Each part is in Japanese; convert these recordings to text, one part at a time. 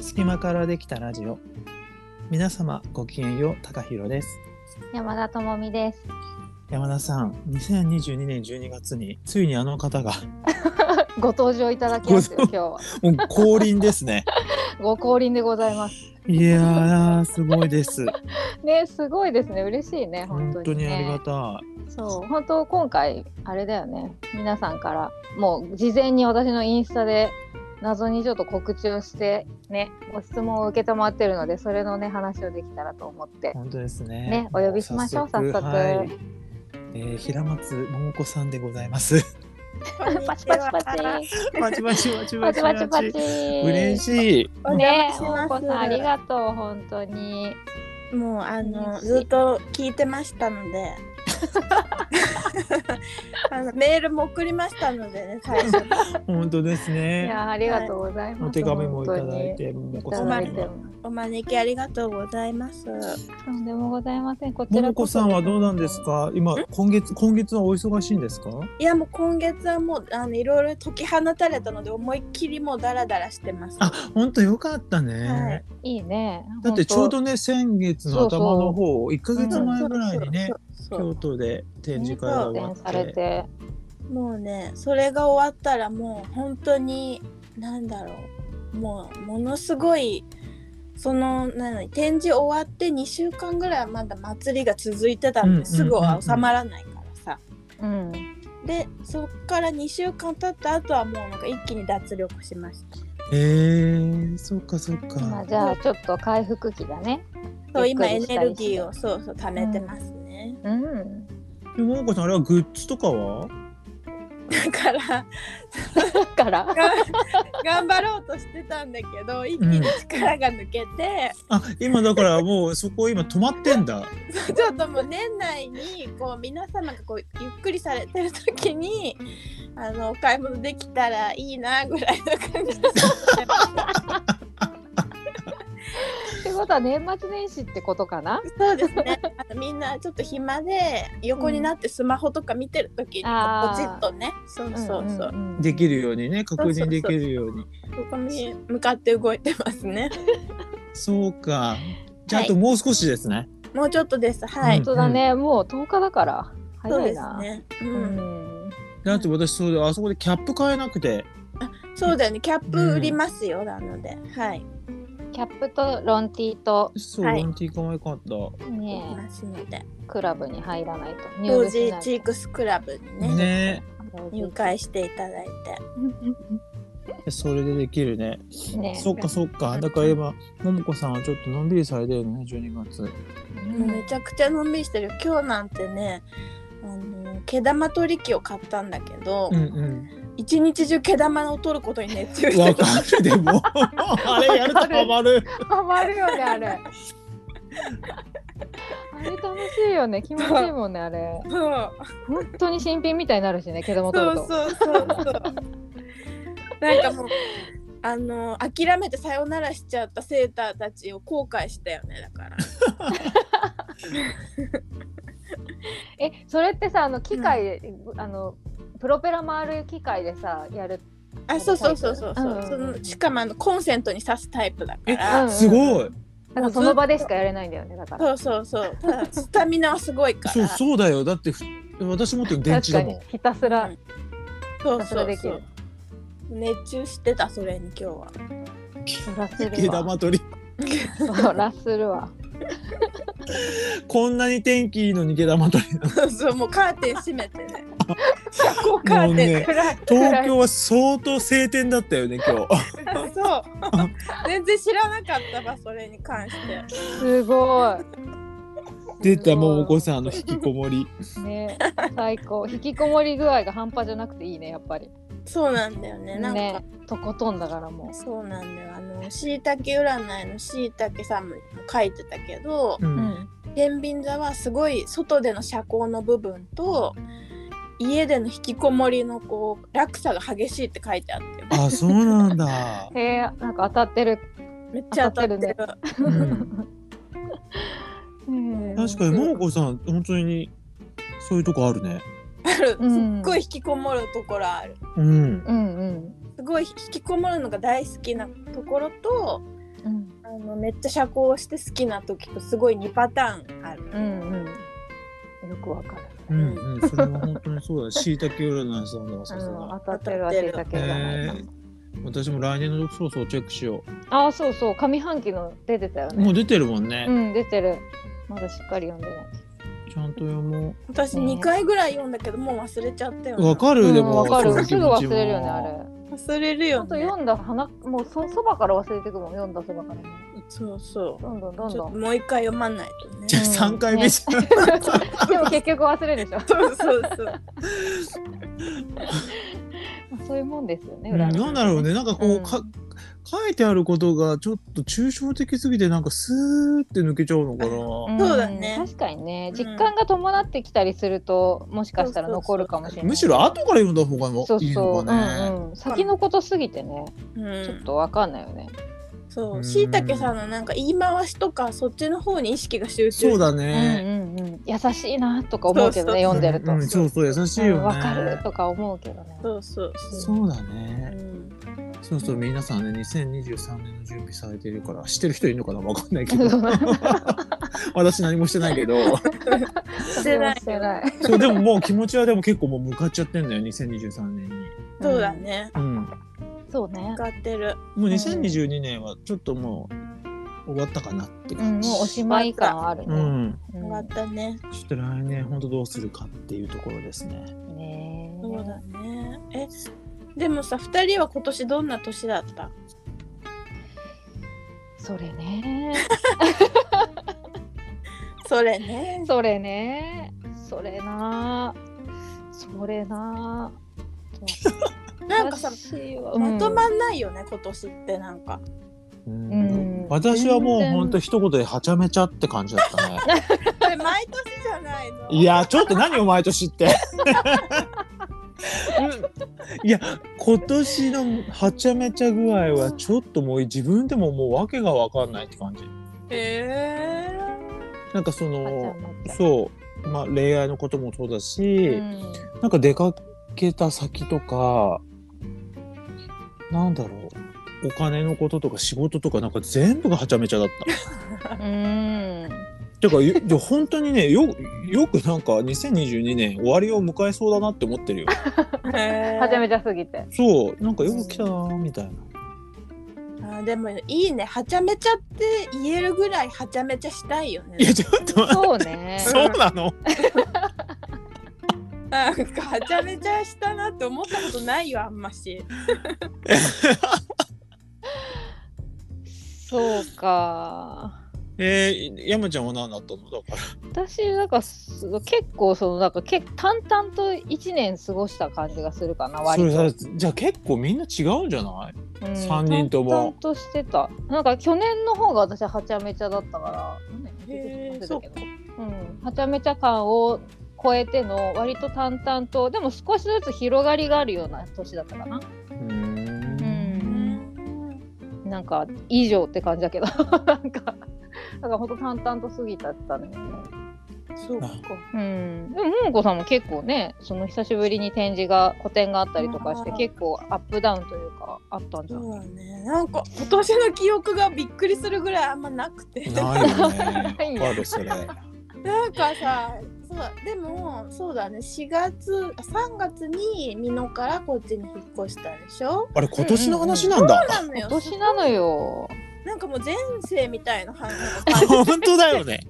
隙間からできたラジオ皆様ごきげんよう高弘です山田智美です。山田さん2022年12月についにあの方が ご登場いただきますよ、ご今日は。もう降臨ですねご降臨でございます。いやーすごいですね、すごいですね、嬉しいね、本本当当にに、ね。ありがたそう、本当今回、あれだよね、皆さんから、もう事前に私のインスタで。謎にちょっと告知をして、ね、ご質問を受け止まってるので、それのね、話をできたらと思っいて。本当ですねねお呼びしましょう早速はいえー、平松桃子さんでございます こんにちパチパチはパチ。パチパチパチパパチチパパチチパチ。嬉ねしいお邪魔しおま子す。さんありがとう、本当に。もうあの嬉しいずっと聞いてましたの で。あのメールも送りましたのでね最初本当ですいねや、ありがとうございます。お手紙もいた本当だにいて桃い子たさんだいにてはます。お招きありがとうございますとんでもございません。こちもらもここそさんはどうなんです。か。今今月今月はお忙しいんですか。いやもう今月はもうあのいろいろ解き放たれたので思いっきりもうダラダラしてますあ、本当よかったね。はいいいね。だってちょうどね先月の頭の方一ヶう月ん前ぐらいにね、そうそう京都で展示会が本当終わ出演っされて。て。もうねそれが終わったらもう本当に何だろうもうものすごいその何展示終わって2週間ぐらいはまだ祭りが続いてたうんんうんうんうでんすぐは収まらないからさうん。でそっから2週間経った後はもうなんか一気に脱力しましたえー、そっかそっ今か。じゃあちょっと回復期だね。そうゆっく今りエしたネりしてルギーをそうそう貯めてますね、うん。でももこさんあれはグッズとかは？だ からだから。が頑張ろうとしてたんだけど一気に力が抜けて、あ、今だからもうそこ今止まってんだ。ちょっともう年内にこう皆様がこうゆっくりされてる時にあのお買い物できたらいいなぐらいの感 じでってことは年末年始ってことかな。そうですねあのみんなちょっと暇で横になってスマホとか見てる時にこあうーポチッとねそうそうそう、んんんできるようにね確認できるように。そこに向かって動いてますねそうか。じゃああはいともう少しですね。もうちょっとですはい、うん本当だね。もう10日だから。そ早ういですな。ね、う、うんん。だって私そうだあそこでキャップ買えなくて。そうだよねキャップ売りますよ、なのではいキャップとロンティとそう、はいロンティー可愛かった。売りねますのでクラブに入らないと入当部し時ないとチークスクラブにねね入会していただいてそれでできるね。ねそっかそっか。だから今、ももこさんはちょっとのんびりされてるのね、12月。もうめちゃくちゃのんびりしてる今日なんてねあの毛玉取り器を買ったんだけど、うん一日中毛玉を取ることに熱中うん。しわてかたる、でも。あれやるとハマる。ハマるよね あれ。あれ楽しいよね気持ちいいもんねあれ。そう本当に新品みたいになるしね毛玉取そると。うそうそうそうなんかもうあの諦めてさよならしちゃったセーターたちを後悔したよねだからえそれってさあの機械で、あのプロペラ回る機械でさやる。あそうそうそうそうそう、うんそのしかもあのコンセントに挿すタイプだかうらんすごい。なんかその場でしかやれないんだよねだから。そうそうそうただスタミナはすごいからそう、そうだよ。だって、ふ私持ってる電池だ確かもんに。ひたすらうひんそうたすそらうできそるう。熱中してたそれに今日はそらす毛るわ。玉取り。そらするわ。こんなに天気いいのに毛玉取り。 そうもうカーテン閉めてね。遮光カーテンで暗い。東京は相当晴天だったよね、今日。そう。全然知らなかったわそれに関して。すごい。出た、ももこん。さん、あの引きこもり。ね最高。引きこもり具合が半端じゃなくていいねやっぱり。そうなんだよね。なんか、ねとことんだからもう。そうなんだよ。あの椎茸占いの椎茸さんも書いてたけど、う。うんん天秤座はすごい外での遮光の部分と。家での引きこもりのこう落差が激しいって書いてあってあ、そうなんだ。へえなんか当たってる。めっちゃ当たってる当うんうん確かにももこさん本当にそういうとこあるね。あるうすんっごい引きこもるところあるうん。うんうん。すごい引きこもるのが大好きなところとうんあのめっちゃ社交して好きな時とすごい2パターンある。うんうんよくわかるうんうん、それは本当にそうだ。しいたけ占いそうだわ、うさすんが。当たってる当てたけじゃないかえー私も来年のそうそうチェックしよああそうそう上半期の出てたよう。もねう出てるもんね。うん出てるまだしっかり読んでないちゃんと読も私ね2回ぐらい読んだけどもう忘れちゃったよう。な。わかる、うんでも。わかそのる気す持ぐちも忘れるよねあれ忘れるちゃよんとね。読んだ花もうそそばから忘れてくもん読んだそばからねそうそどんどんどう。んちょどっんともう一回読まないとねじ。ゃあうん3回目じゃん。 でも結局忘れるでしょそうそうそう。まあそういうもんですよねうん占い なんだろうね、なんかこう、うんか書いてあることがちょっと抽象的すぎて、なんかスーって抜けちゃうのかな。んそうだね確かにねうん実感が伴ってきたりするともしかしたら残るかもしれないむしろ後から読んだ方がそういいそうのうかね。んうん先のことすぎてねうん、ちょっとわかんないよねそうう。んしいたけさんのなんか言い回しとかそっちの方に意識が集中。そうだうんね。うんうん優しいなとか思うけどねそう読んそうでるとうん、そうそう、優しいようね。んわかるとか思うけどねそうそうそう。そうだうね。ん、そうそう、皆さんね、2023年の準備されているから、知ってる人いるのかなわかんないけど。 私何もしてないけど。してないしてないそう、でももう気持ちはでも結構もう向かっちゃってんだよ、2023年に。そうだね。うん。もうんそうね使ってる。う2022年はちょっともう終わったかなってうん感じ。もうおしまい感はあるうねん。うん終わったね。ちょっと来年本当どうするかっていうところですね。ねえそうだね。え、でもさ、二人は今年どんな年だった？それねそれね。それねそれなそれななんかさ、私はまとまんないよね、今年ってなんか。うんうん私はもう全然本当一言ではちゃめちゃって感じだったね。これ毎年じゃないの。いやちょっと何を毎年って。 うんいや今年のはちゃめちゃ具合はちょっともう自分でももう訳が分かんないって感じ。えなんかそあちのゃんもちゃんそう、まあ、恋愛のこともそうだし、うんなんか出かけた先とかなんだろうお金のこととか仕事とかなんか全部がはちゃめちゃだった。うんてかゆで本当にねよよくなんか2022年終わりを迎えそうだなって思ってるよ。ーえー。はちゃめちゃすぎてそうなんかよく来たなーみたいな。あでもいいね、はちゃめちゃって言えるぐらいはちゃめちゃしたいよねい。やちょっと待っそうて ねそうなのなんかはちゃめちゃしたなって思ったことないよ、あんまし。そうかえー、山ちゃんは何だったのだから。私なんかす結構そのなんかけ淡々と1年過ごした感じがするかな割そとれさじゃあ結構みんな違うんじゃないうん三人とも淡々としてたなんか去年の方が私ははちゃめちゃだったからへ去年忘れーたけどうんはちゃめちゃ感を超えての割と淡々とでも少しずつ広がりがあるような年だったかなうーうんんなんか以上って感じだけど なんかなんかほんと淡々と過ぎたったねそうか。うん、でもももこさんも結構ねその久しぶりに展示が個展があったりとかしてあー結構アップダウンというかあったんじゃそないうだね。なんか今年の記憶がびっくりするぐらいあんまなくて。ないよねない。よわかるそれ。なんかさそうでもそうだね4月あ3月に美濃からこっちに引っ越したでしょあれ今年の話なんだ。そうなのよ今年なのよなんかもう前世みたいな話本当だよね。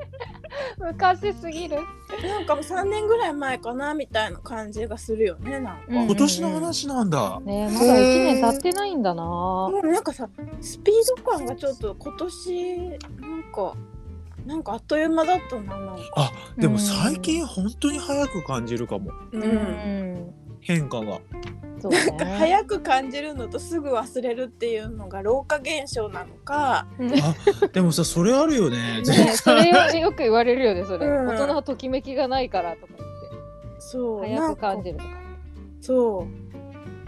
昔すぎるなんかもう3年ぐらい前かなみたいな感じがするよねなんか、うん今年の話なんだ。ねまだ1年経ってないんだなもうなんかさスピード感がちょっと今年なんかなんかあっという間だったななんかあでも最近本当に早く感じるかもううん、変化が。そうね早く感じるのとすぐ忘れるっていうのが老化現象なのかあでもさそれあるよね。ねそれよよく言われるよねそれ、うん大人はときめきがないからとか言ってそう早く感るじるとかそ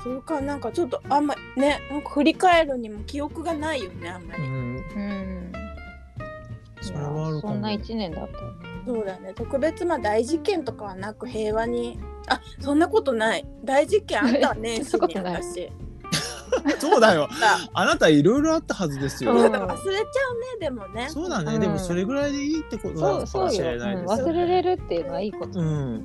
う。それかなんかちょっとあんまねなんか振り返るにも記憶がないよねあんまうり。んうんそれはあるかもそんな1年だったよねそうだね特別まあ大事件とかはなく 平和にあそんなことない大事件あったわねそんなことない私そうだよ。だあなたいろいろあったはずですうよ。ん忘れちゃうねでもねそうだね、うんでもそれぐらいでいいってことなそのうかそもうしよ、れないうんです忘よれね。れるっていうのはいいこと、うん、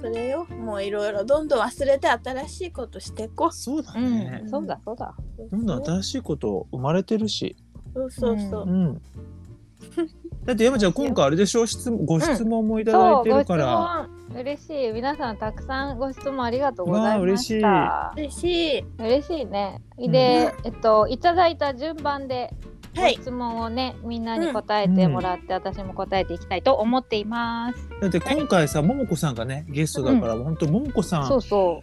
それよもういろいろどんどん忘れて新しいことしていこそうだうんね。そうだそうだうどんどん新しいこと生まれてるし。そうそうそううんん。だって山ちゃん今回あれでしょ質問ご質問もいただそいうてごる質から。問嬉しい皆さんたくさんご質問ありがとうごわざあいまし嬉た嬉しい嬉しいねで、えっといただいた順番でごはい質問をねみんなに答えてもらって、私も答えていきたいと思っています、だって今回さももこさんがねゲストだから本当ももこさんそうそ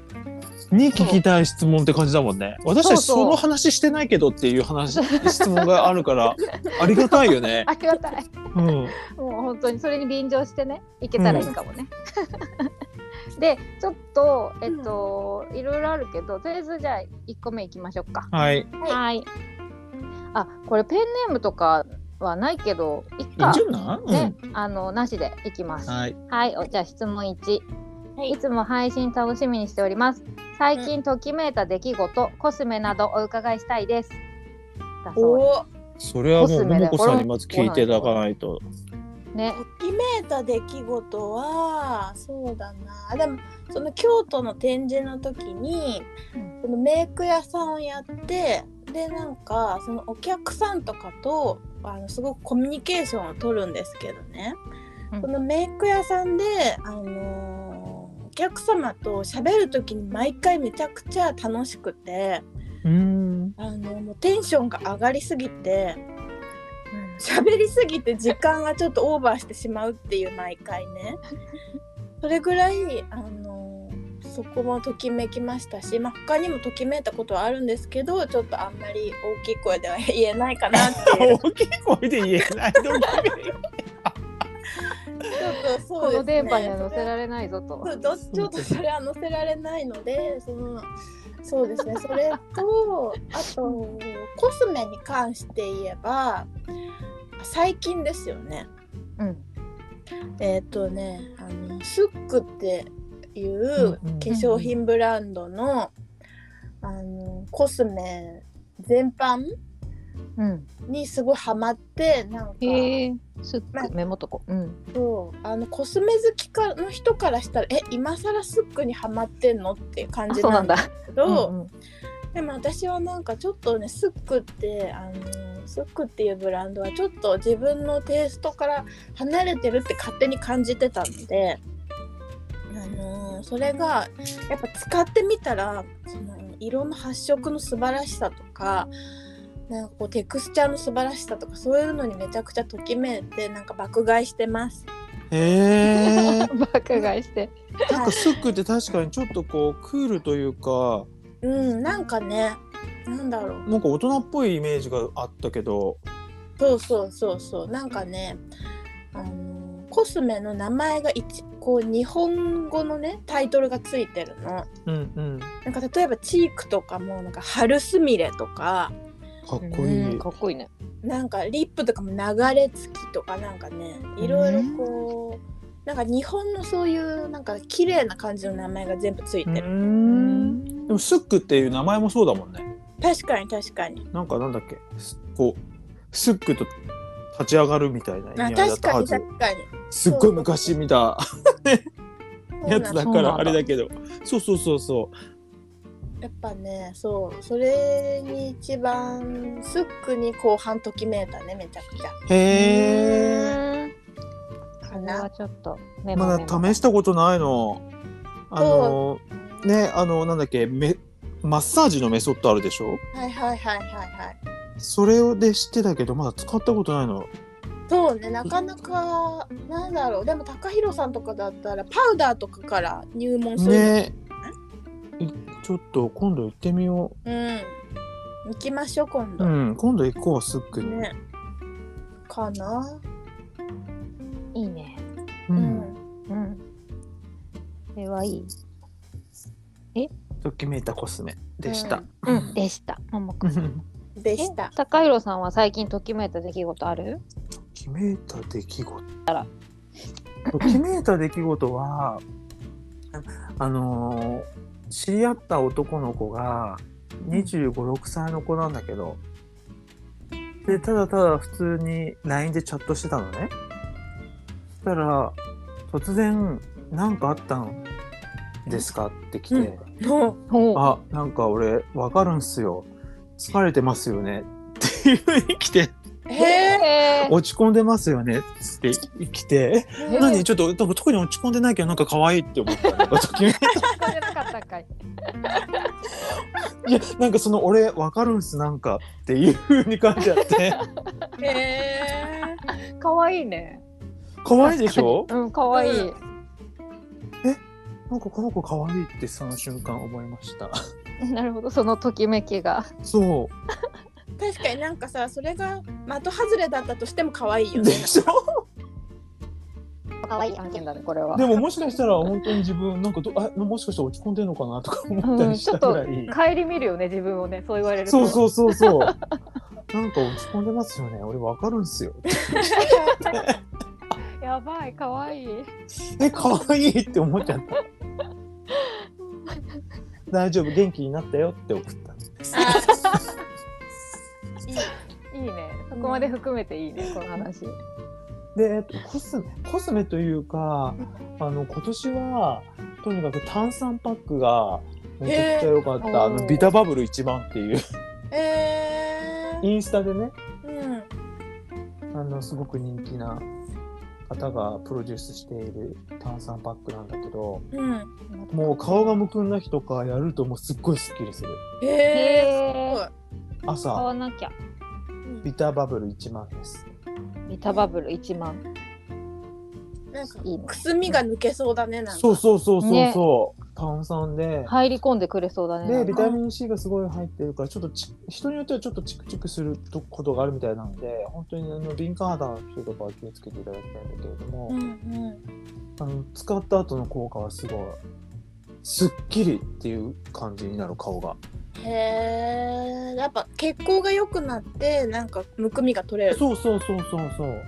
うに聞きたい質問って感じだもんね。私たちそうそうその話してないけどっていう話、質問があるから、ありがたいよ ね。ありがたいうん。もう本当にそれに便乗してねいけたらいいかもね。 でちょっとえっと、いろいろあるけどとりあえずじゃあ1個目いきましょうか。はい。いいんはいあこれペンネームとかはないけどいっかじ。ゃない、ね、あのなしでいきます。うん。はい。はい、おじゃあ質問1、はいい、つも配信楽しみにしております最近ときめいた出来事、コスメなどお伺いしたいですだそうでおおそれはもコう、スメもだもよこさんにまず聞いていただかないと。すねときめいた出来事はそうだなでもその京都の展示の時に、うんそのメイク屋さんをやってでなんかそのお客さんとかとあのすごくコミュニケーションを取るんですけどね、うんそのメイク屋さんで、あのーお客様と喋る時に毎回めちゃくちゃ楽しくてうん。あのもうテンションが上がりすぎて。うん喋りすぎて時間がちょっとオーバーしてしまうっていう毎回 ねそれぐらいあのそこもときめきましたし、まあ、他にもときめいたことはあるんですけどちょっとあんまり大きい声では言えないかなってい う大きい声で言えないと思うちょっとそこうでのす電ね波には載せられないぞとそうどちょっとそれは載せられないのでそのそうですねそれとあとコスメに関して言えば最近ですよねうんえーっ、とねあのスックっていううん化粧品ブランドの,、あのコスメ全般うんにすごいハマってなんかへえすっまあごメモとこうんそうあのコスメ好きかの人からしたらえ今更スックにハマってんのっていう感あじそうななんんだだけどうんうんでも私はなんかちょっとねスックってあのスックっていうブランドはちょっと自分のテイストから離れてるって勝手に感じてたので、あのそれがやっぱ使ってみたらその色の発色の素晴らしさとかなんかこうテクスチャーの素晴らしさとかそういうのにめちゃくちゃときめいてなんか爆買いしてます。へえ。爆買いしてなんかスックって確かにちょっとこうクールというか、うんなんかねなんだろうなんか大人っぽいイメージがあったけど。そうそうそうそうなんかねあのコスメの名前が一こう日本語のねタイトルがついてるのうんうん。かなんか例えばチークとかもなんか春すみれとっかこいうんい。かっこいいねなんかリップとかも流れ付きとかなんかねいろいろこうなんか日本のそういうなんか綺麗な感じの名前が全部ついうてるん。でもスックっていう名前もそうだもんね。確かに確かになんかなんだっけ、すこうスックと立ち上がるみたいな意あ味合いだっ確たかはにず。確かにすっごい昔見たそうなやんだつだからあれだけど、そうそうそうそう。やっぱねそうそれに一番スックに後半ときめいたねめちゃくちゃへえ。こかれはなちょっとメモまメだモ試したことないの。あのね、あのなんだっけ、めマッサージのメソッドあるでしょ。はいはいはいはいはいそれをで知ってたけどまだ使ったことないの。そうねなかなかなんだろうでも TAKAHIRO さんとかだったらパウダーとかから入門する、ね。いちょっと今度行ってみようん行きましょう今う。度、うん、今度行こうスックに。ねかないいねう。うんんうんこれはいいときめいたコスメでした。うんでしたももこさんでしたえ高弘さんは最近ときめいた出来事ある？ときめいた出来事ときめいた出来事はああのー知り合った男の子が25、6歳の子なんだけど、で、ただただ普通に LINE でチャットしてたのね。そしたら、突然、なんかあったんですかって来て、うんのおあ、なんか俺、わかるんすよ。疲れてますよね。っていう風に来て、へええ 落ち込んでますよね。って来て、ーえ、何ちょっと、なんか特に落ち込んでないけど、なんか可愛いって思ったのがと きめいた。それなかったんかいいや、なんかその俺、わかるんす、なんかっていう風に感じあって、 へえ可愛いね可愛いでしょうん可愛いうんなんかこの子可愛いってその瞬間思いました。なるほどそのときめきがそ。確かになんかさそれが的外れだったとしても可愛いうよで ねしょ可愛い案件だねこれはでももしかしたら本当に自分、なんかど、あ、もしかしたら落ち込んでんのかなとか思ったりしたぐらい。帰り見るよね自分をねそう言われるとそうそうそうそう。なんか落ち込んでますよね。俺わかるんすよ。やばい可愛いえ、可愛いって思っちゃった。大丈夫、元気になったよって送った。いいねそこまで含めていいねこの話で、えっと、コスメ、コスメというか、あの、今年は、とにかく炭酸パックが、めちゃくちゃ良かっへーた。あの、ビタバブル一番っていう、へえインスタでね、うんあの、すごく人気な方がプロデュースしている炭酸パックなんだけど、うんもう顔がむくんだ日とかやるともうすっごいスッキリする。へへええ買朝、わなきゃビタバブル1万です。ビタバブル1万なんかいいねくすみが抜けそうだねなんかそうそうそうそうねそう。炭酸で。入り込んでくれそうだねなで、んかビタミン C がすごい入ってるから、ちょっとち人によってはちょっとチクチクするとことがあるみたいなので、本当にあの敏感肌の人とかは気をつけていただきたいんだけれども、うんうんあの使った後の効果はすごい、すっきりっていう感じになる顔が。へえやっぱ血行が良くなってなんかむくみが取れるそうそうそうそうそう。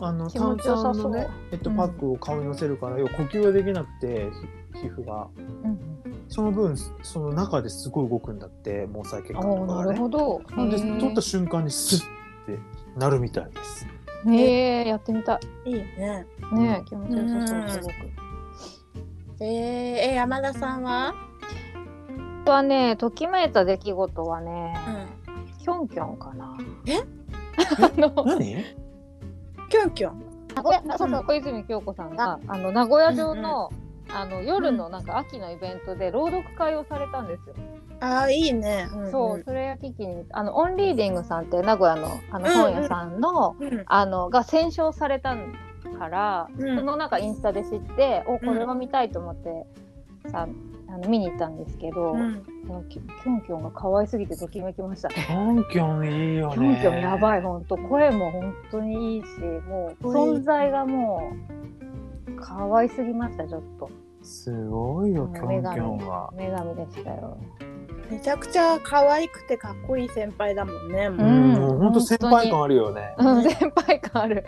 あの気炭持ちよさ酸そのうね、えっと、うんパックを顔にのせるから、要は呼吸ができなくて、ひ皮膚が。うんその分、その中ですごい動くんだって、毛細血管おとかーながるね。ほどなんで、へー取った瞬間にスッってなるみたいです。へえやってみたいいいねねえ気持ちよさそうすごくえー、え山田さんは本当はねときめいた出来事はねうんキョンキョンかなえ あの何キョンキョン名古屋そうそう小泉京子さんがあの名古屋城の,、あの夜のなんか秋のイベントで朗読会をされたんですよ。あーいいね、んそうそれを聞きにあのオンリーディングさんって名古屋のあのうん本屋さんの,、うんあのが選奨されたから、うんそのなんかインスタで知っておこれは見たいと思ってさあの見に行ったんですけど、うんそのキョンキョンが可愛すぎてときめきました。キョンキョンいいよキョンね。キョンやばい、本当声も本当にいいし、もう声いい存在がもう、可愛すぎました、ちょっと。すごいよ、キョンキョンは。女神でしたよ。めちゃくちゃ可愛くてかっこいい先輩だもんね。う、もうんんもう本当先輩感あるよね。うん、先輩感ある。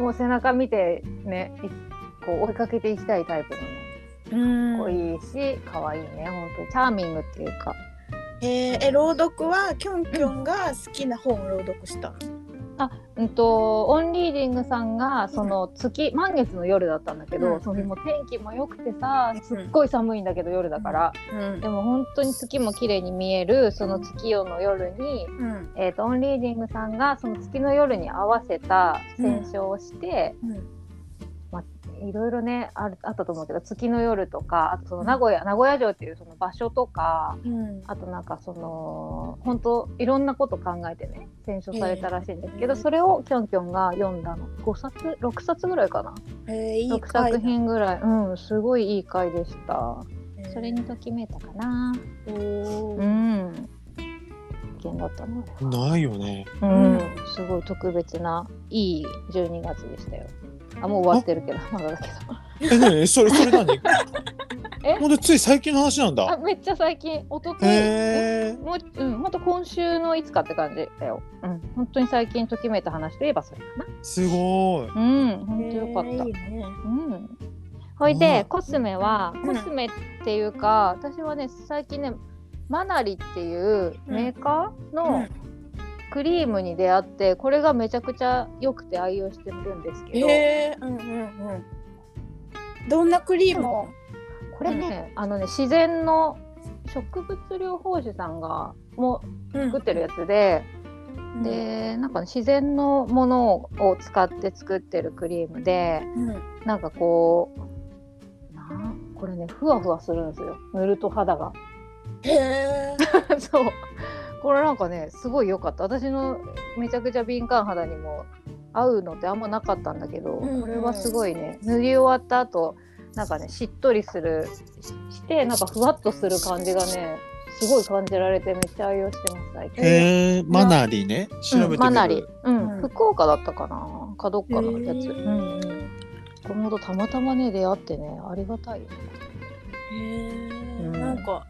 もう背中見て、ね、いこう追いかけていきたいタイプのね。かっこうんいいし、可愛いね、本当に。チャーミングっていうか。えーえ朗読はキョンキョンが好きな本を朗読したの。うんと、オンリーディングさんが、その月、満月の夜だったんだけど、うんその日も天気も良くてさ、うんすっごい寒いんだけど夜だから。うんでも本当に月も綺麗に見えるその月夜の夜に、うんえー、とオンリーディングさんがその月の夜に合わせた選書をして、うんいろいろねあるあったと思うけど月の夜とかあとその名古屋、名古屋城っていうその場所とかうんあとなんかその本当いろんなこと考えてね選書されたらしいんですけど、へーそれをキョンキョンが読んだの5冊6冊ぐらいかなえー、いい6回だ作。品ぐらいうんすごいいい回でしたそれにときめいたかなえーうん意見だったなないよね。うんうん、すごい特別ないい12月でしたよ。あもう終わってるけどまだだけど。え、なにそれ、それ何 えほんとつい最近の話なんだ。あ めっちゃ最近一昨日えへー。もううん本当今週のいつかって感じだよ。うん本当に最近ときめいた話といえばそれかすごい。な。うん本当よかった。えーいいね。うん。ほいうでんコスメはうコんスメっていうか私はね最近ねマナリっていうメーカーうのんクリームに出会ってこれがめちゃくちゃ良くて愛用してるんですけど、へえうんうんうんどんなクリームこれね、あのね自然の植物療法士さんがもうん作ってるやつで、うんでなんか、ね、自然のものを使って作ってるクリームでうんなんかこうなんこれねふわふわするんですよ塗ると肌が。へえ そうこれなんかねすごい良かった私のめちゃくちゃ敏感肌にも合うのってあんまなかったんだけど、んうんこれはすごいね塗り終わった後なんかねしっとりするししてなんかふわっとする感じがねすごい感じられてめっちゃ愛用してます最近。えー、マナリね調べてみる、マナリ、うんうん福岡だったかな角っかのやつ、へうーんうん、このとたまたまね出会ってねありがたいよねうへえんなんか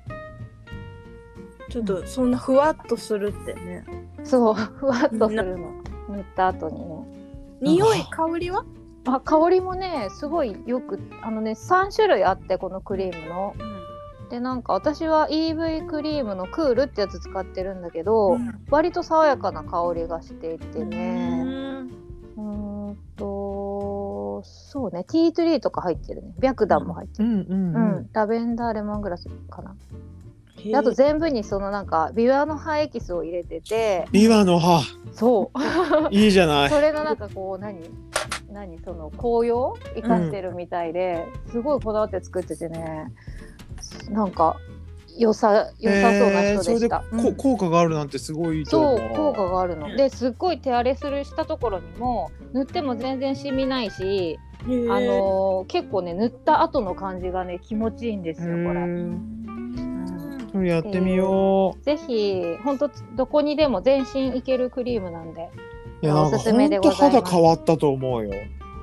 ちょっとそんなふわっとするってねそうふわっとするの塗った後にね匂い香りはあ香りもねすごいよくあのね3種類あってこのクリームのでなんか私は EV クリームのクールってやつ使ってるんだけど、割と爽やかな香りがしていてねうんうーんとそうねティートゥリーとか入ってるね白檀も入っうてる、んううんんラベンダーレモングラスかなへでえあと全部にそのなんかビワの葉エキスを入れててビワの 葉そういいじゃないそれがなんかこう何何その紅葉を生かしてるみたいで、すごいこだわって作っててねなんか良さ良さそうな人でしたえー、そうんれで、こ効果があるなんてすごいとそ思うう効果があるのうんですっごい手荒れするしたところにも塗っても全然染みないし、へえあのー結構ね塗った後の感じがね気持ちいいんですよこれ。うんそれやってみよう、ぜひ本当どこにでも全身いけるクリームなんでいやなおんかすすめ本で当ございます肌変わったと思うよ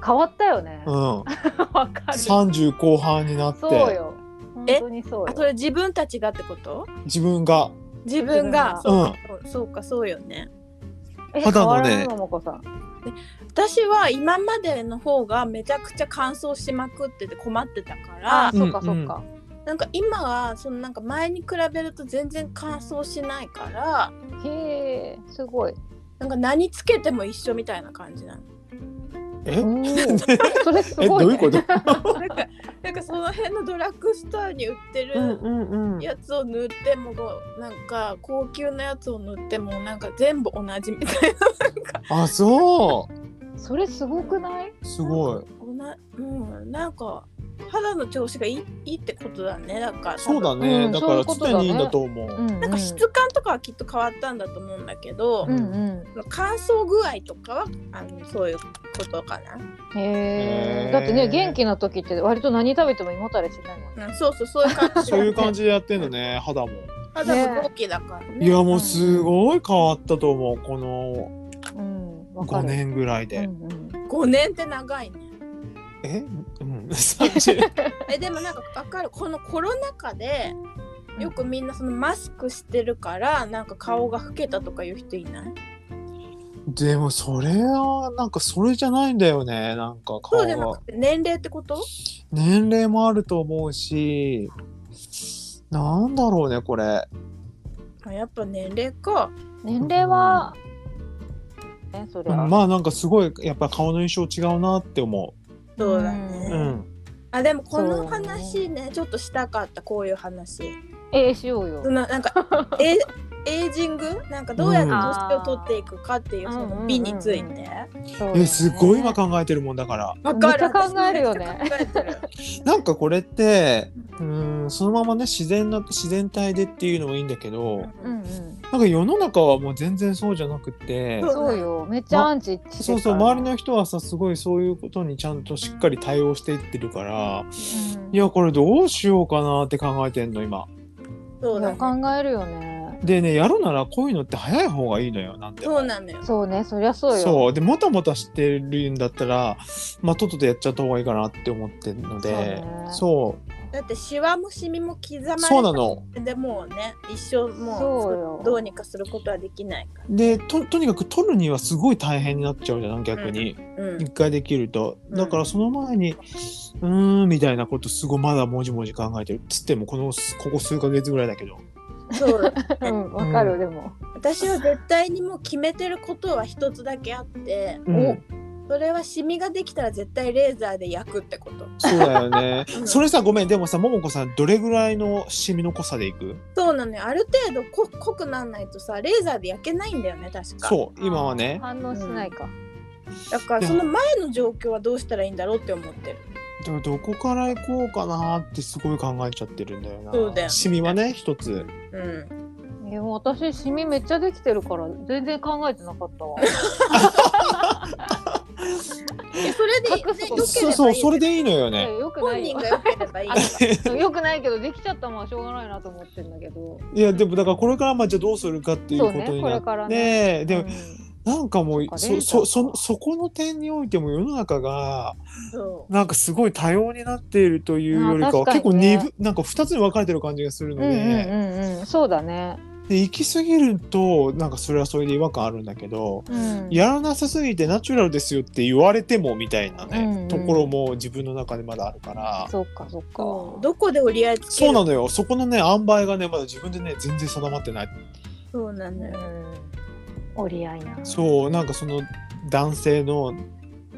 変わったよねう わ、んかる30後半になってそうよ本え当にそうあよそれ自分たちがってこと自分が自分が自分がそうそうかそうよねえ肌のね変わらないもこさん私は今までの方がめちゃくちゃ乾燥しまくってて困ってたかあらー、そっかそっか。なんか今はそのなんか前に比べると全然乾燥しないからへえ、すごい。なんか何つけても一緒みたいな感じなの。えお ーそれすえどごうい、いね。うことなんかなんかその辺のドラッグストアに売ってうんるうんうんやつを塗ってもなんか高級なやつを塗ってもなんか全部同じみたいあそそれすごくない？うすごいな。同じうんなんか肌の調子がいいいいってことだねだからそうだうねんだかそういらうことだ常ねにいいんだと思ううん、なんか質感とかはきっと変わったんだと思うんだけど、うんうん。乾燥具合とかはあのそういうことかな、へへえ。ーだってね、元気な時って割と何食べても胃もたれしないもんね。うん、そうそうそういう感じそういう感じでやってんのね肌も肌も同期だからねいやもうすごい変わったと思うこのうん、わか5る。年ぐらいうんでうん。 5年って長いねえうん30 えでもなんか分かるこのコロナ禍でよくみんなそのマスクしてるからなんか顔が老けたとかいう人いないでもそれはなんかそれじゃないんだよねなんか顔そうじゃながくて年齢ってこと年齢もあると思うしなんだろうねこれあやっぱ年齢か年齢は、ね、そりゃ。まあなんかすごいやっぱ顔の印象違うなって思そうだうね、ううんあでもこそうのね話ねちょっとしたかったこういう話ええしようよそ。のなんか えエイジングなんかどうやって年を取っていくかっていううんその美についうんうんてそうだねえすごい今。考えてるもんだからわめっちゃ考えるよね私めっちゃ考えてるなんかこれってうんそのままね自然な自然体でっていうのもいいんだけどうんうん。なんか世の中はもう全然そうじゃなくてそうそうよ。めっちゃアンチって言ってそうるかそうら周り。の人はさすごいそういうことにちゃんとしっかり対応していってるからうんいやこれどうしようかなって考えてんの今そうだね考えるよね。でねやるならこういうのって早い方がいいのよなんてそうなのよそうね、そりゃそうよ。でもたもたしてるんだったらまあとっととやっちゃった方がいいかなって思ってるのでそう,、だってシワもシミも刻まれそうてなのでもうね一生そうもようどうにかすることはできないかでととにかく取るにはすごい大変になっちゃうじゃん逆に、ら、うん一回できるとうんだからその前にうーんみたいなことすごいまだもじもじ考えてるつってもこのここ数ヶ月ぐらいだけどそううん、わかる、でも。私は絶対にもう決めてることは一つだけあってうんそれはシミができたら絶対レーザーで焼くってことそうだよねう。んそれさ、ごめん、でもさ、ももこさん、どれぐらいのシミの濃さでいくそうなのよある程度こ濃くなんないとさレーザーで焼けないんだよね確かそう、今はね。反応しないか。だからその前の状況はどうしたらいいんだろうって思ってるでもどこから行こうかなってすごい考えちゃってるんだよな。そうだよねシミはね、一つ。うんえもう私シミめっちゃできてるから全然考えてなかったわ。えそれでね隠すこと良ければいいそうそう、それでいいのよね。えよくな本い人よが。良ければいいよくないけどできちゃったのはしょうがないなと思ってんだけど。いや、でもだからこれからまあじゃあどうするかっていうそこうねとにこなれって、からでうもんなんかもうそっかレそーザーそかそそこの点においても世の中がそなんかすごい多様になっているというよりかはあ確結か構にね二分なんか二つに分かれてる感じがするのうんうで,、んうんうんそうだね。で行き過ぎるとなんかそれはそれで違和感あるんだけど、うん。やらなさすぎてナチュラルですよって言われてもみたいなね、うんうんところも自分の中でまだあるからそっかそっうか。そうどこで折り合いつけそうるなのよそこのね塩梅がねまだ自分でね全然定まってないそうなのうよん折り合いな。そうなんかその男性の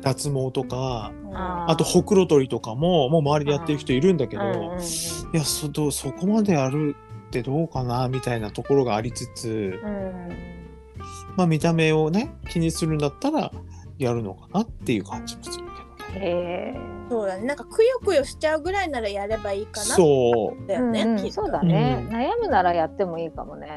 脱毛とかあーあとほくろ取りとかももう周りでやってる人いるんだけど、うんうんういんやそどうそこまでやるってどうかなみたいなところがありつつ、うんまあ、見た目をね気にするんだったらやるのかなっていう感じもするけどね。へえ。そうだねなんかくよくよしちゃうぐらいならやればいいかなそううだよね、うんきうっん、とそうだね、うん悩むならやってもいいかもうね、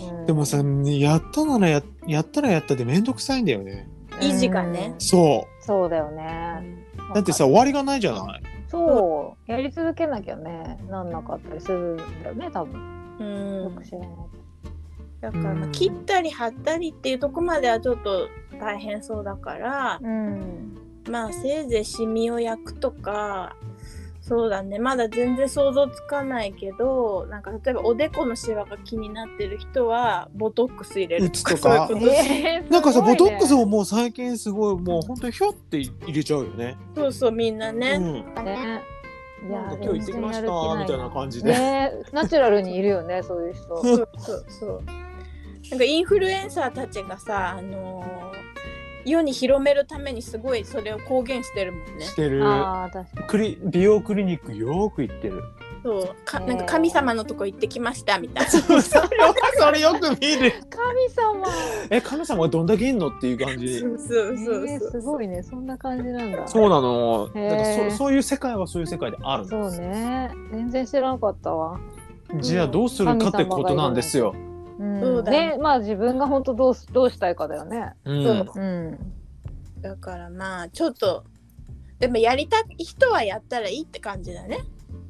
んうんでもさやったならややったらやったでめんどくさいんだよね。維持がねうんそそうだようねんうだってさ終わりがないじゃない。そうやり続けなきゃねなんなかったりするんだよね多分うんよく知らないだからまあうん切ったり貼ったりっていうとこまではちょっと大変そうだからうんまあせいぜいシミを焼くとかそうだねまだ全然想像つかないけどなんか例えばおでこのシワが気になってる人はボトックス入れるとか打つとかそういうことえーなんかさ、すごいボねトックスももう最近すごいもう本当にひょって入れちゃうよね。そうそうみんなね、うん。ねいやなんーか今日行ってきましたみたいな感じで。ねナチュラルにいるよねそういう人そうそうそう。なんかインフルエンサーたちがさ、あのー世に広めるためにすごいそれを公言してるもんねし。てる。ああ確かにクリ美容クリニックよーく行ってる。そう、かねなんか神様のとこ行ってきましたみたいそれよくそれよく見る。神様 え神様はどんだけいんのっていう感な。じそ。うそうそうえーそすう。ごいねそんな感じなんだそうなの。へーなんかそそういう世界はそういう世界である。そうね全然知らなかったわじゃあどうするかってことなんですよ。うんそうだねねまあ自分が本当どうすどうしたいかだよね。うんそううん。だからまあちょっとでもやりたい人はやったらいいって感じだね。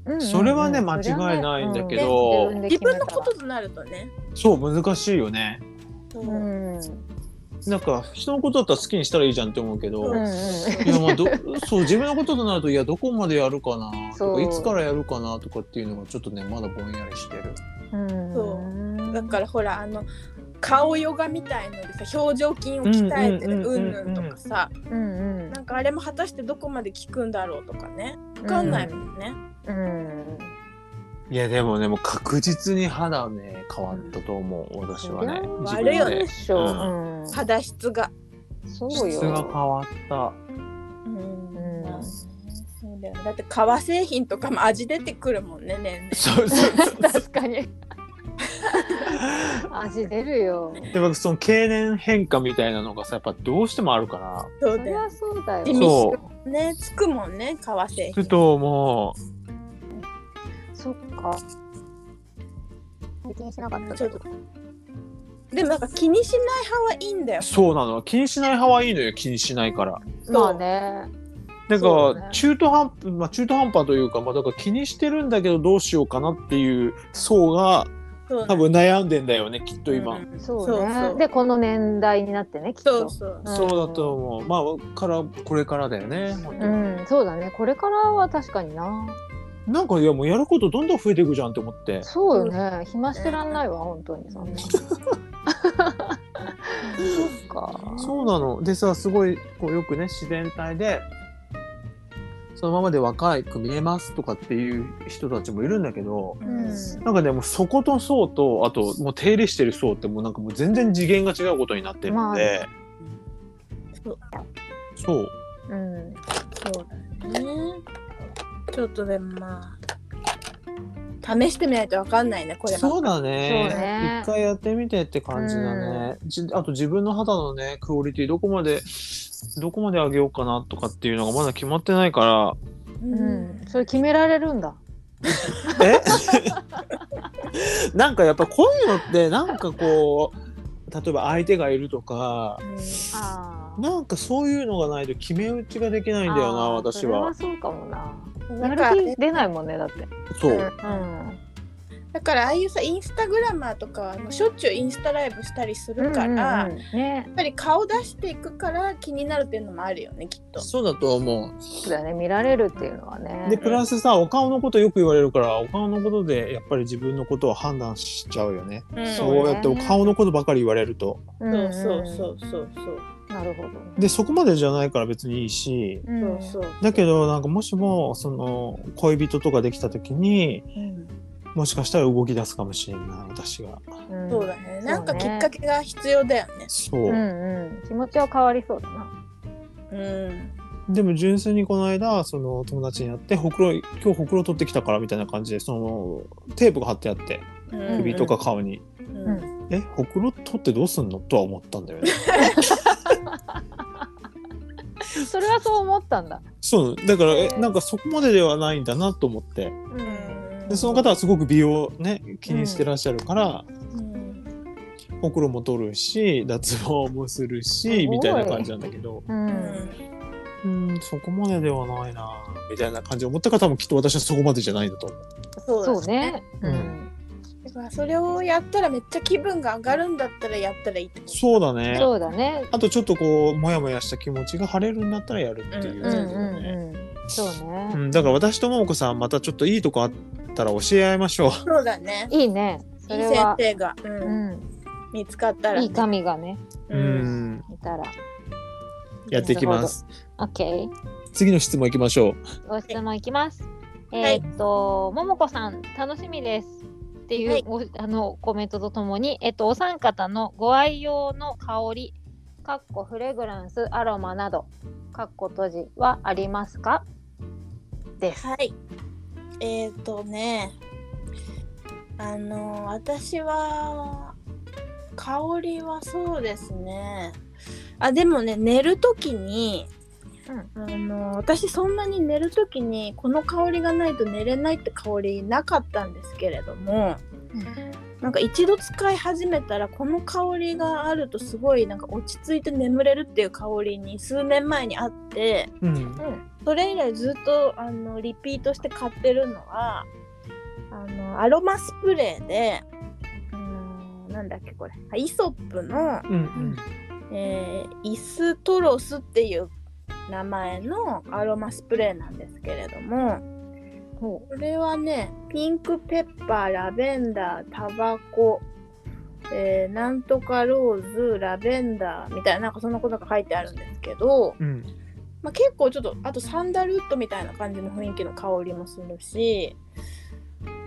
うんうんうんそれはね間違いないんだけどうん自分のこととなるとね。そう難しいよね。そうう。んうんなんか人のことだったら好きにしたらいいじゃんって思うけど、そううんいやまあどそう自分のこととなるといやどこまでやるかなとそかういつからやるかなとかっていうのがちょっとねまだぼんやりしてる。うんうんだからほらあの顔ヨガみたいのでさ表情筋を鍛えてうんうんううんんぬうんんとかさうんうんなんかあれも果たしてどこまで効くんだろうとかね分かんないもんね、うん。いやでもねもう確実に肌ね変わったと思う私はねうん自あ分れよでねでしょ。ううん。肌質がそう質よ。が変わった。ううん、んまあねそうだよねだって革製品とかも味出てくるもんね年そうそうそう確かに。味出るよ。 でもその経年変化みたいなのがさやっぱどうしてもあるから々そそりゃそうだようだよ。地味そねつくもんね革製うちょ品っともそっか。気にしなかったちょっとでもなんか気にしない派はいいんだようそうなの気にしない派はいいのよ気にしないから。まあね。なんそうかね中途半端、まあ、中途半端というか、まあ、だから気にしてるんだけどどうしようかなっていう層がそう多分悩んでんだよねきっと今、うんそうそうねそうでこの年代になってねきっそとうそううんそうだと思うまあからこれからだよね、うんそうだねこれからは確かにななんかいやもうやることどんどん増えていくじゃんって思ってそうよね暇してらんないわ本当にそんなそっかそうなのでさすごいこうよくね自然体でそのままで若いく見えますとかっていう人たちもいるんだけど、うんなんかでもそこと層とあともう手入れしてる層ってもうなんかもう全然次元が違うことになってるので、そうそううんそうだねちょっとでもまあ試してみないとわかんないねこれはそうだねそうね一回やってみてって感じだね、じあと自分の肌のねクオリティどこまでどこまで上げようかなとかっていうのがまだ決まってないかううん、それ決められるんだらえ なんかやっぱこういうのってなんかこう例えば相手がいるとかあなんかそういうのがないと決め打ちができないんだよな私は。それはそうかもなうんやだるから気出ないもんねだってそう、うんうんだからああいうさインスタグラマーとかはもうしょっちゅうインスタライブしたりするから、うやんうんうんねっぱり顔出していくから気になるっていうのもあるよねきっと。そうだと思う。そうだよね見られるっていうのはねでプラスさお顔のことよく言われるからお顔のことでやっぱり自分のことを判断しちゃうよね。うんそうやってお顔のことばかり言われると。うんそうんうそうそうそうそうなるほどでそこまでじゃないから別にいいしうそうそう。だけどなんかもしもその恋人とかできた時にうんもしかしたら動き出すかもしれない私が。うんそうだね。なんかそうねきっかけが必要だよね。そう、うんうん気持ちは変わりそうだなうん。でも純粋にこの間その友達に会ってほくろ今日ほくろ取ってきたからみたいな感じでそのテープが貼ってあってうん首とか。顔に。うん。えほくろ取ってどうすんのとは思ったんだよね。 それはそう思ったんだそうだからえなんかそこまでではないんだなと思ってううんんでその方はすごく美容ね気にしてらっしゃるから、うんほくろも取るし脱毛もするすごしいみたいな感じなんだけどううんんうんそこまでではないなみたいな感じで思った方もきっと私はそこまでじゃないんだと思う。そうそだうねうんだからそれをやったらめっちゃ気分が上がるんだったらやったらいいってことそうだねそうだねあとちょっとこうモヤモヤした気持ちが晴れるんだったらやるっていううん感うじだんよね。うんそううねん、だから私とももこさんまたちょっといいとこあったら教え合いましょう。そうだね。いいねそいれい先は生が、う、うんん見つかったら、いい神がねううんん、いたらやっていきます。 OK 次の質問いきましょう。ご質問いきます。はいえーっと、ももこさん、楽しみです。っていう、はいごあのコメントとともに、えっと、お三方のご愛用の香り、かっこフレグランス、アロマなど、かっこ閉じはありますかです。はい。えっ、ー、とね、あの私は香りはそうですね。あでもね寝るときに、あの私そんなに寝るときにこの香りがないと寝れないって香りなかったんですけれども。なんか一度使い始めたらこの香りがあるとすごいなんか落ち着いて眠れるっていう香りに数年前にあって、うんそれ以来ずっとあのリピートして買ってるのはあのアロマスプレーで、あのなんだっけこれあイソップの、うんえーイストロスっていう名前のアロマスプレーなんですけれどもほこれはねピンクペッパーラベンダータバコえーなんとかローズラベンダーみたいななんかそんなことが書いてあるんですけど、うんまあ、結構ちょっとあとサンダルウッドみたいな感じの雰囲気の香りもするし、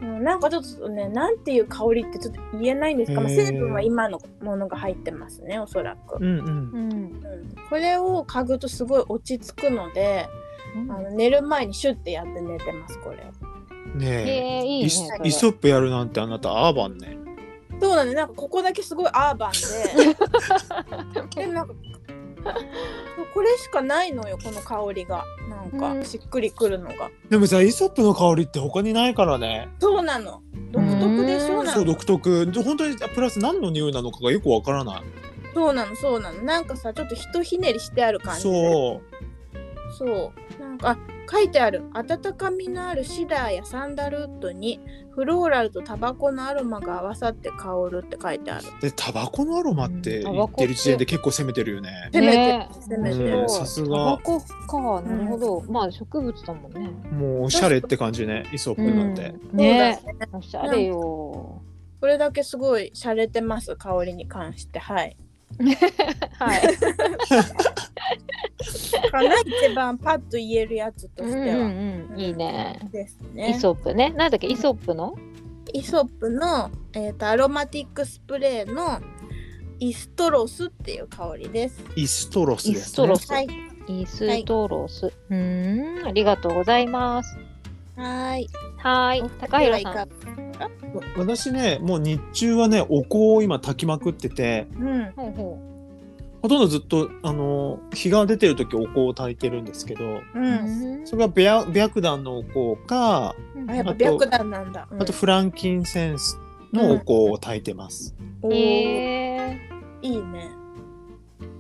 うん、なんかちょっとねなんていう香りってちょっと言えないんですが、まあ、へー成分は今のものが入ってますねおそらうく、んうんう。うん。うんこれを嗅ぐとすごい落ち着くのであの寝る前にシュッてやって寝てますこれをねえー、いえ。いねイスそれ。イソップやるなんてあなたアーバンね。そうなんでなんかここだけすごいアーバンででもなんかこれしかないのよこの香りがなんうんかしっくりくるのが、でもさイソップの香りって他にないからね。そうなの独特でしょうんなんそうか独特。本当にプラス何の匂いなのかがよくわからない。そうなのそうなのなんかさちょっとひとひねりしてある感じうそそうなんかあ書いてある温かみのあるシダーやサンダルウッドにフローラルとタバコのアロマが合わさって香るって書いてあるう。でタバコのアロマってうんタ言バっコてってる時点で結構攻めてるよね。攻めねてえる攻うめてうるんさすタバがコか、なるほど。まあ、植物だもんね。もうおしゃれって感じねイソップなんて。うんねそうだねえ、おしゃれよ。これだけすごい洒落てます香りに関してはいはい。かな一番パッと言えるやつとうんしうては。んうんいいね。ですね。イソップね。なんだっけイソップのイソップの、えー、とアロマティックスプレーのイストロスっていう香りです。イストロスイでスすトねロ。ス。はい。イストロス。うーん、ありがとうございます。はーい。はーおい二。人高は平いさかがん。わ私ね、もう日中はね、お香を今炊きまくってて、うん。ほうほほとんどずっと、あの、日が出てる時お香を炊いてるんですけど、うう。ん。それが白白檀のお香か、あやっぱあと白檀なんだ。うんあとフランキンセンスのお香を炊いてます。おへーえいいね。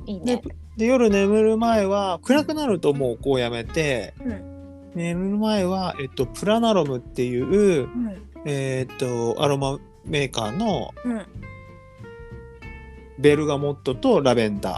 いいでね。で夜眠る前は暗くなるともうお香をやめてうん。眠る前は、えっと、プラナロムっていう、うん。えーっとアロマメーカーのうん。ベルガモットとラベンダー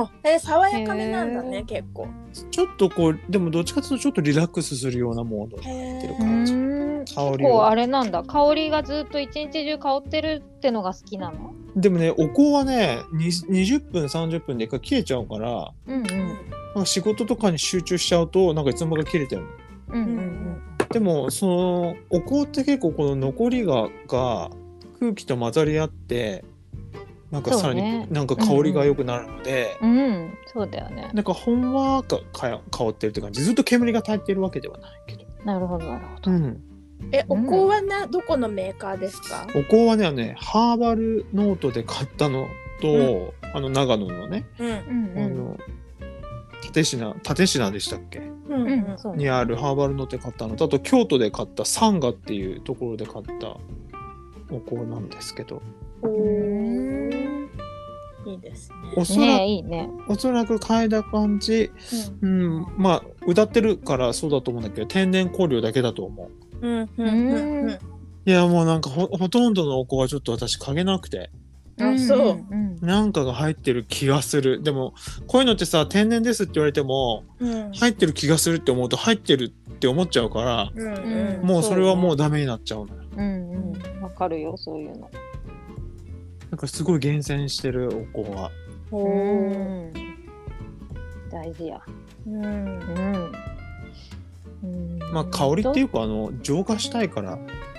あ、えー爽やかめなんだへねー結構。ちょっとこうでもどっちかというとちょっとリラックスするようなモードへえるうかー。ーん。香りこうをあれなんだ。香りがずっと一日中香ってるってのが好きなの。でもねお香はねに20分30分で一回切れちゃうからうんうなんんか仕事とかに集中しちゃうとなんかいつの間にか切れてるのううんんううんんでもそのお香って結構この残りがが空気と混ざり合ってなんかさらに、そうねなんか香りが良くなるので、うん。うん、そうだよね。なんかほんわかか香ってるって感じずっと煙が立ってるわけではないけど、なるほどなるほど。うん、え、お香はなどこのメーカーですか？お香はねあのねハーバルノートで買ったのと、あの長野のね、うん。うんあの立科立科でしたっけう。うんんうん。そうねにあるハーバルノートで買ったのとあと京都で買ったサンガっていうところで買ったお香なんですけどおうーーんいいですね。おそらくねえいいね。おそらく嗅いだ感じ、う。うん、まあ歌ってるからそうだと思うんだけど天然香料だけだと思うんうん。うんうん。うん。いやもうなんかほほとんどのお香はちょっと私嗅げなくてあそううんなんかが入ってる気がするでもこういうのってさ天然ですって言われてもうん。入ってる気がするって思うと入ってるって思っちゃうからうんうんもうそれはもうダメになっちゃうのようんうんうん。わかるよそういうの。なんかすごい厳選してるお香はおーうん大事や。うんうん。まあ香りっていうかあの浄化したいからっ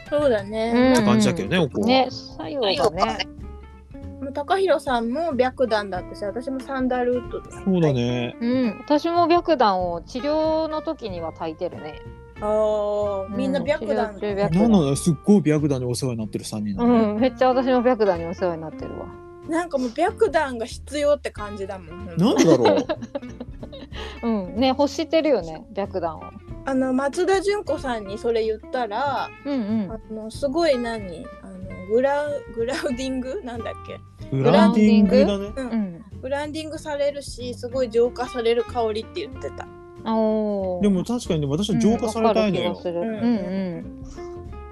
そうだね。て感じだけどね、お香は、ね、作用がね。もう高弘さんも白檀だったし私もサンダルウッドですそうだね、うん、私も白檀を治療の時には炊いてるね。ああみんな白檀、うんう治ん、療中な白ん檀なのすっごい白檀にお世話になってる3人なのね、うん、めっちゃ私も白檀にお世話になってるわ。なんかもう白檀が必要って感じだもんなんでだろううん、ね、欲してるよね、白檀を。あの松田純子さんにそれ言ったらうんうん。あのすごい何あのグラウグラウディングなんだっけ グラウンディングだね。うん。グラウンディングされるしすごい浄化される香りって言ってたおお。でも確かにね私は浄化されたいのうんわよか。る気がするううんん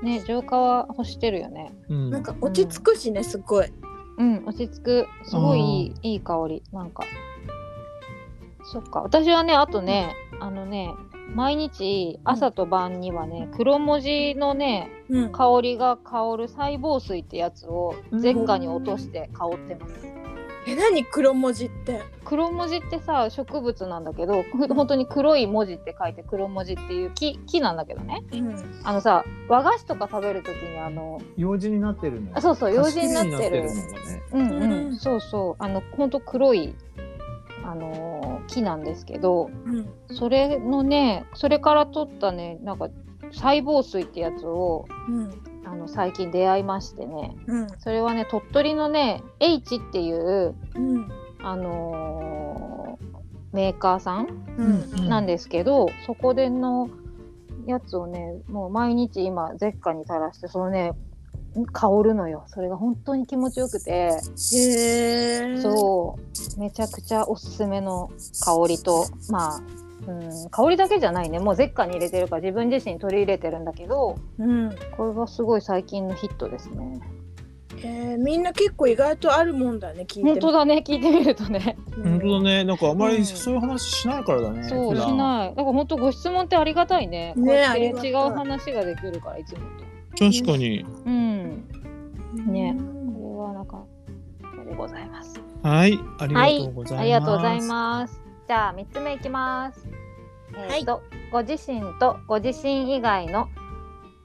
うん。ね、浄化は欲してるよね。うんなんか落ち着くしねすごいうん、落ち着く。すごいいいいい香り。なんか。そっか。私はね、あとね、あのね、毎日朝と晩にはね、黒文字のね、うん香りが香る細胞水ってやつを前科に落として香ってます。え何黒文字って黒文字ってさ植物なんだけどふ本当に黒い文字って書いて黒文字っていう木木なんだけどねうんあのさ和菓子とか食べる時にあの用事になってるのあそうそう用事になってる貸し切りになってるのがねうんうん、うんそうそうあの本当黒いあのー木なんですけどうんそれのねそれから取ったねなんか細胞水ってやつをうんあの最近出会いましてねうんそれはね鳥取のね H っていううんあのーメーカーさんうんなんですけど、そこでのやつをねもう毎日今舌下に垂らしてそのね香るのよそれが本当に気持ちよくてへえそうめちゃくちゃおすすめの香りとまあうん、香りだけじゃないねもう舌下に入れてるから自分自身取り入れてるんだけどうんこれはすごい最近のヒットですねえー、みんな結構意外とあるもんだね聞いて本当だ、だね聞いてみるとね本当だね。なんかあまうりんそういう話しないからだね。そう普し段ないだから本当ご質問ってありがたいねねこうやっあてりがたい違う話ができるからいつもと確かに。うんねうんこれはなんかでございますはい。ありがはいとうございます。ありがとうございますじじゃあ3つ目いきます。いえっ、と、ご自身とご自身以外の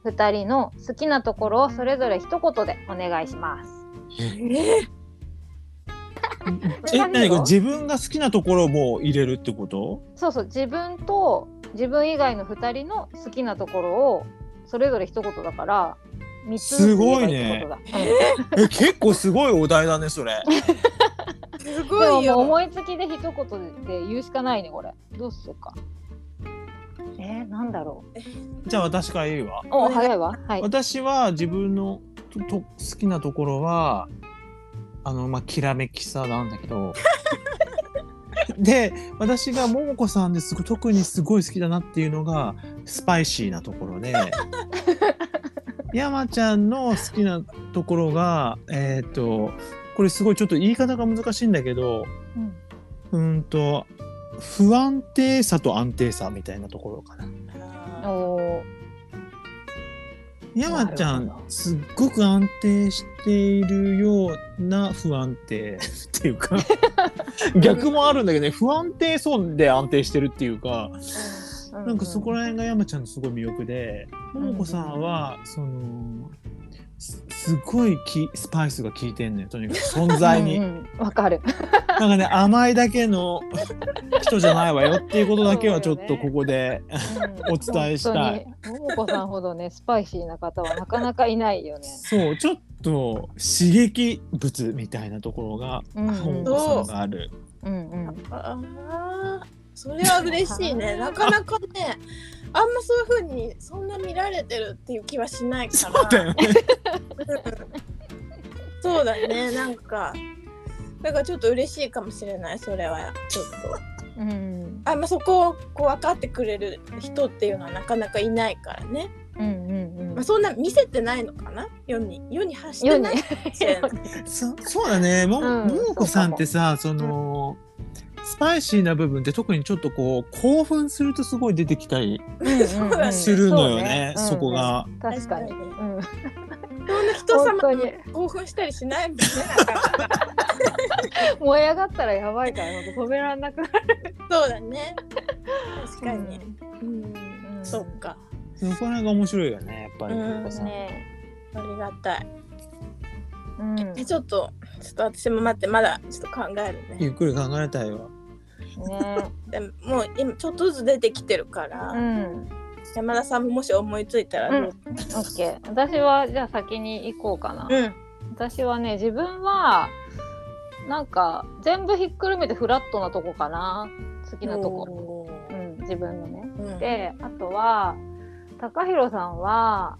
2人の好きなところをそれぞれ一言でお願いします。えーえ、難しい何よこれ自分が好きなところも入れるってことそうそう自分と自分以外の2人の好きなところをそれぞれ一言だから3つずつ言えばってことだ。え、結構すごいお題だね、それ。すうんでごもいもうよ。思いつきで一言で言うしかないねこれ。どうしようか。えー、なんだろう。じゃあ私から言うわ。おお願い早いわ。はい。私は自分のとと好きなところは、あの、まあ、きらめきさなんだけど。で、私がももこさんですご特にすごい好きだなっていうのが、スパイシーなところで、山ちゃんの好きなところが、えっ、と、これすごいちょっと言い方が難しいんだけど、ううんーんと不安定さと安定さみたいなところかな。あおー山ちゃなるんほどすっごく安定しているような不安定っていう か逆もあるんだけどね不安定そうで安定してるっていうかなんかそこら辺が山ちゃんのすごい魅力でうん桃子さんはそのすすごいきスパイスが効いてんのよとにかく存在にうんう。んわかる。なんかね甘いだけの人じゃないわよっていうことだけはちょっとここで お伝えしたい本当に。ももこさんほどね、スパイシーな方はなかなかいないよね。そうちょっと刺激物みたいなところがうん本う郷んさんがある。うんうん。あー。それは嬉し いね。なかなかね、あんまそういう風にそんな見られてるっていう気はしないから。そうだよね。うんそうだね、なんか。だからちょっと嬉しいかもしれない、それは。ちょっと。うんあんまそこをこう分かってくれる人っていうのはなかなかいないからね。うんうんうまあ、ん。そんな見せてないのかな世に。世に発して世なにいかもしれ ない。そそうだね。もうん桃子さんってさそのスパイシーな部分って特にちょっとこう興奮するとすごい出てきたりそうだねするのよね。うんうんそこ。が。うんうん確かに。う確かん。そんな人本様当にに興奮したりしないもんね。だ から燃え上がったらやばいから、ほんと止められなくなる。そうだね。確かに。うん。んそっか。そこら辺が面白いよねやっぱりうん桃子さん。ね。ありがたい。うん。ねえ、ちょっと、ちょっと私も待って、まだちょっと考えるね。ゆっくり考えたい わ。でももう今ちょっとずつ出てきてるから、うん。山田さんももし思いついたらどうぞ、オッケー。私はじゃあ先に行こうかな。うん私はね自分はなんか全部ひっくるめてフラットなとこかな好きなとこ、こうん、自分のね。うん、であとは TAKAHIRO さんは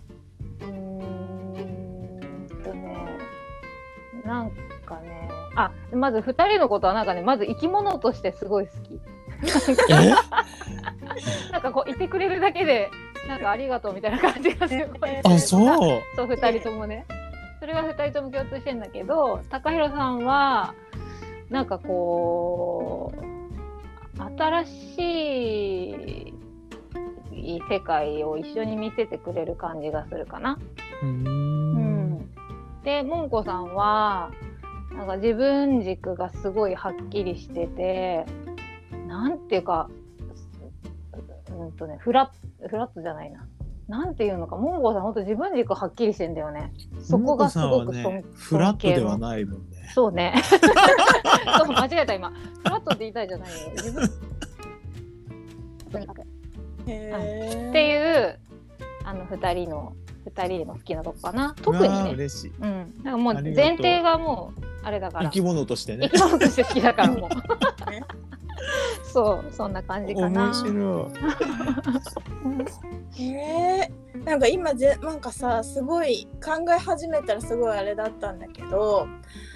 うーんとねなんかねあまず2人のことはなんかねまず生き物としてすごい好き。えなんかこういてくれるだけでなんかありがとうみたいな感じがすごい。あそう。そう2人ともねそれは2人とも共通してんだけど TAKAHIRO さんはなんかこう新しい世界を一緒に見せてくれる感じがするかな。うーんでもんこさんはなんか自分軸がすごいはっきりしててなんていうかうんとねフラッフラットじゃないな。なんていうのか、モンゴーさん、本当自分軸はっきりしてんだよね。そこがすごくね尊、フラットではなないもんね。そうね。 そう、間違えた、今。フラットって言いたいじゃないよ。自分。とにかく。っへていう、あの、二人の、二人の好きなとこかな。特うにわーね。嬉しい。うん。なんかもうありがとう前提がもうあれだか生ら。き物として生ね。き物として好きだからもうねそうそんな感じかな面白い。えへえなんか今ぜなんかさすごい考え始めたらすごいあれだったんだけど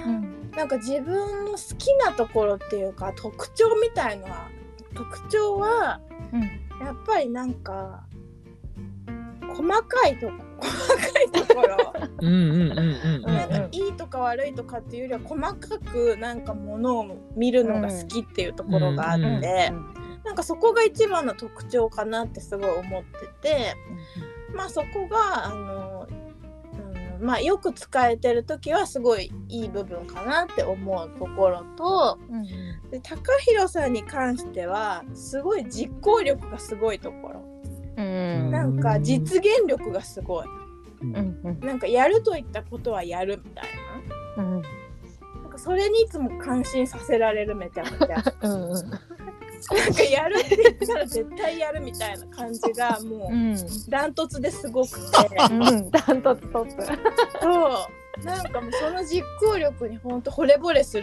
うんなんか自分の好きなところっていうか特徴みたいのは特徴はうんやっぱりなんか細かいと こ細かいところうんうんうんうんうなんんかいいとか悪いとかっていうよりは細かくなんかものを見るのが好きっていうところがあって、うんうんなんかそこが一番の特徴かなってすごい思っててまあそこがあの、うんうんまあ、よく使えてる時はすごいいい部分かなって思うところとうんで高弘さんに関してはすごい実行力がすごいところうんなんか実現力がすごいうんうんなんかやるといったことはやるみたいうんななんかそれにいつも感心させられるめちゃくちゃ うんうんなんかやるって言ったら絶対やるみたいな感じ がもうんうダントツですごくてうんダントツトップそうなんかもうその実行力にほんと惚れ惚れする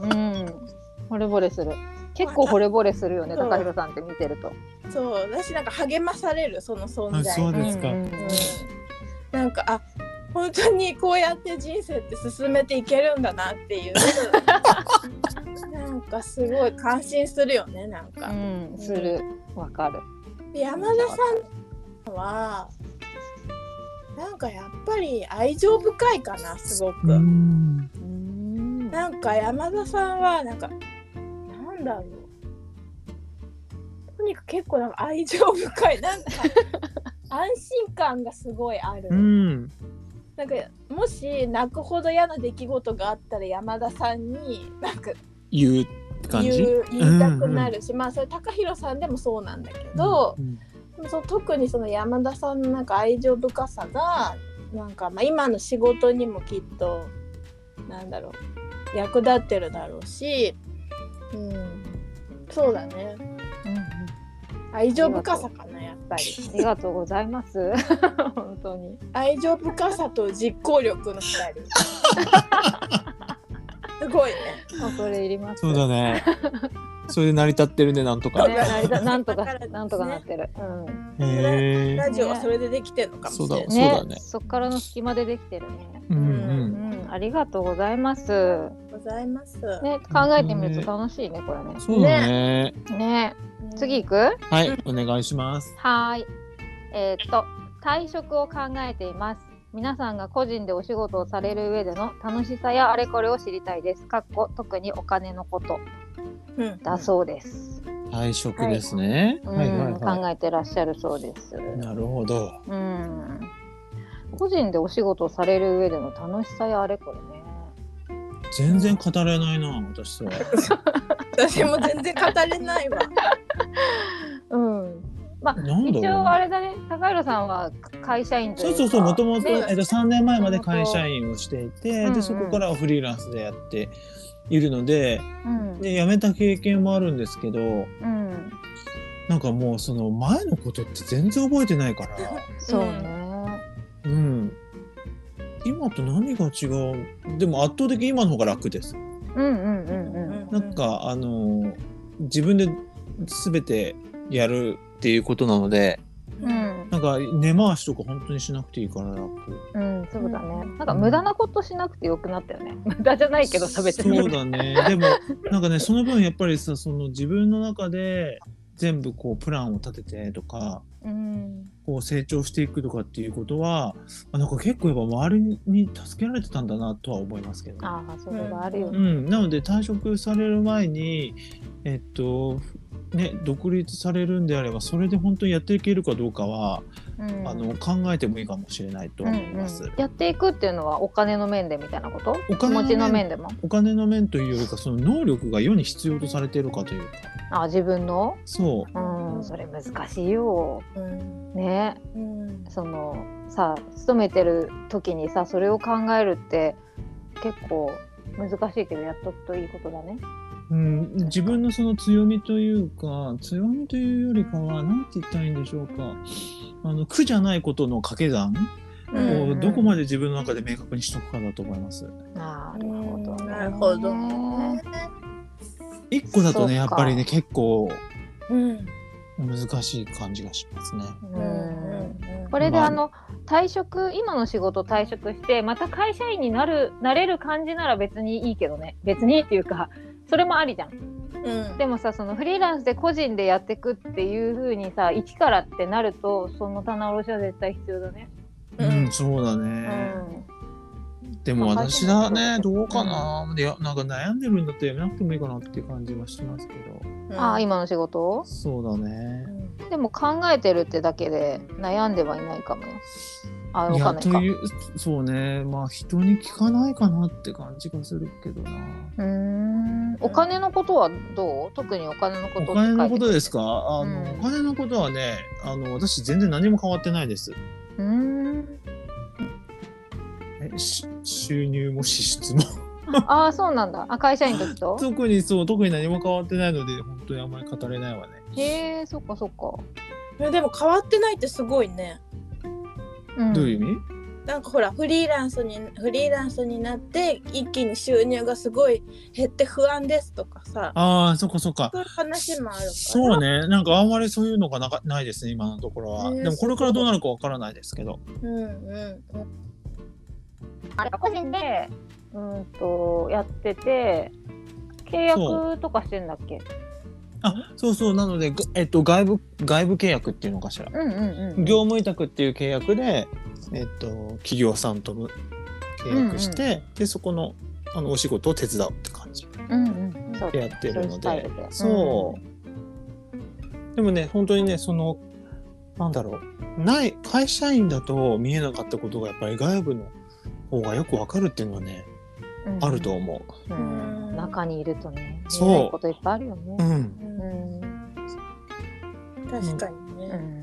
よねうん惚れ惚れする結構惚れ惚れするよねそう高弘さんって見てるとそう私なんか励まされるその存在あそうに、ですかんんうんなんかあ本当にこうやって人生って進めていけるんだなっ ていうなんかすごい感心するよねなんか、うんするわかるで山田さんはなんかやっぱり愛情深いかなすごく、うんうんなんか山田さんはなんかなんだろうとにかく結構なんか愛情深 いなんか安心感がすごいある、うんなんかもし泣くほど嫌な出来事があったら山田さんになんか言うって感言じう言いたくなるし、まあそれ高弘さんでもそうなんだけど、うんでもそう特にその山田さんのなんか愛情深さがなんかまあ今の仕事にもきっとなんだろう役立ってるだろうし、うん、そうだねうんうん愛情深さかなやっぱりありがとうございます。本当に。愛情深さと実行力の2人すごいね恐れ入ります。そうだねそれで成り立ってるねなんとかね、成田なんとか、なんとかなってる。へえラジオはそれでできてるのかもしれないうん。そうだねね、そっからの隙間でできてるね。うんううんん、ありがとうございます。ございます。ね、考えてみると楽しいね、これね。そうだねね、うん次行く。はいお願いしますはーい。えーっと、退職を考えています。皆さんが個人でお仕事をされる上での楽しさやあれこれを知りたいです。かっこ特にお金のことうんだそうです。退職ですねうはいはいん、は考えてらっしゃるそうです。いなるほどうん。個人でお仕事をされる上での楽しさやあれこれね。全然語れないな私は私も全然語れないわ。うん。まあ、なんだろう一応あれだね、高弘さんは会社員とそういうかそうそう、もともと、ねえっと、3年前まで会社員をしていて、うんうで、んそこからはフリーランスでやっているので、うん。で、辞めた経験もあるんですけど、うん。なんかもうその前のことって全然覚えてないから、そうね。うん。今と何が違うでも圧倒的に今の方が楽です。うんうんうんうん。なんか、あの、自分で全てやるっていうことなので、う、ん、なんか根回しとか本当にしなくていいから楽。うん、そうだね。なんか無駄なことしなくてよくなったよね。 無駄じゃないけど、差別に。そうだねでもなんかねその分やっぱりさその自分の中で全部こうプランを立ててとかうん。こう成長していくとかっていうことはあなんか結構やっぱ周りに助けられてたんだなとは思いますけどね、ああ、それはあるようね。ん、なので退職される前にえっとね独立されるんであればそれで本当にやっていけるかどうかは、うんあの考えてもいいかもしれないとうん思ういます。ん、やっていくっていうのはお金の面でみたいなことお金の面気持ちの面でもお金の面というよりかその能力が世に必要とされているかというかあ自分のそううんそれ難しいようんねうんそのさ勤めてる時にさそれを考えるって結構難しいけどやっとくといいことだねうん、自分のその強みというか強みというよりかは何て言ったらいいんでしょうかあの苦じゃないことの掛け算うんをどこまで自分の中で明確にしとくかだと思います。なるほどねなるほどね。一個だとねそやうっかぱりね結構うん難しい感じがしますね。ううんんこれであの退職今の仕事退職してまた会社員になるなれる感じなら別にいいけどね別にっていうかそれもありじゃんうんでもさそのフリーランスで個人でやってくっていう風にさ一からってなるとその棚卸しは絶対必要だね。う、うんんそうだうね、ん、でもまあ私だね会社員どうかな、でやなんか悩んでるんだったらやめなくてもいいかなっていう感じはしますけどああ今の仕事そうだねでも考えてるってだけで悩んではいないかもよ。あい分かやんないとかいうそうねまあ人に聞かないかなって感じがするけどなうーんお金のことはどう特にお金のおこと金のことですすかあの、うんお金のことはねあの私全然何も変わってないですうーんえし収入も支出もああそうなんだあ会社員の時 と特にそう特に何も変わってないので本当にあんまり語れないわねへえそっかそっか、いやでも変わってないってすごいねうん、どういう意味なんかほらフリーランスにフリーランスになって一気に収入がすごい減って不安ですとかさああそっかそっかそういう話もあるからそうねなんかあんまりそういうのがなかないですね今のところは、えーでもこれからどうなるかわからないですけどうんうんうんあれ個人でうんとやってて契約とかしてんだっけあそうそうなので、ぐえっと、外部外部契約っていうのかしらうんうんうん業務委託っていう契約で、えっと、企業さんとむ契約して、でそこのあのお仕事を手伝うって感じうんうんそうでやってるのそういうスタイでルでそう、でもね本当にねそのなんだろうない会社員だと見えなかったことがやっぱり外部の方がよくわかるっていうのはねうんうんあると思う。うん中にいるとねそう見えないこといっぱいあるようねん、うん確かにね、うん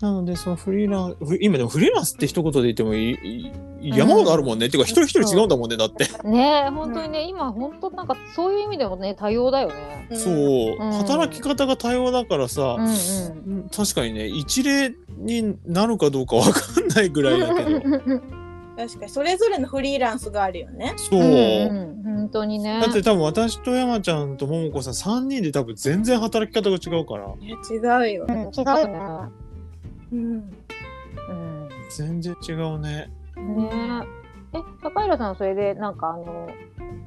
なのでそのフリーランフリ今でもフリーランスって一言で言ってもいいいい山ほどあるもんね、っていうか一人一人違うんだもんねだって、ねえ本当にね今本当なんかそういう意味でもね多様だよねうんそう、うん働き方が多様だからさう、んうんうん確かにね一例になるかどうかわかんないぐらいだけど確かにそれぞれのフリーランスがあるよねそう、うんうん本当にねだって多分私と山ちゃんと桃子さん3人で多分全然働き方が違うからいや違うよ、うん違うよねうん、うん全然違うねねええ高平さんはそれでなんかあの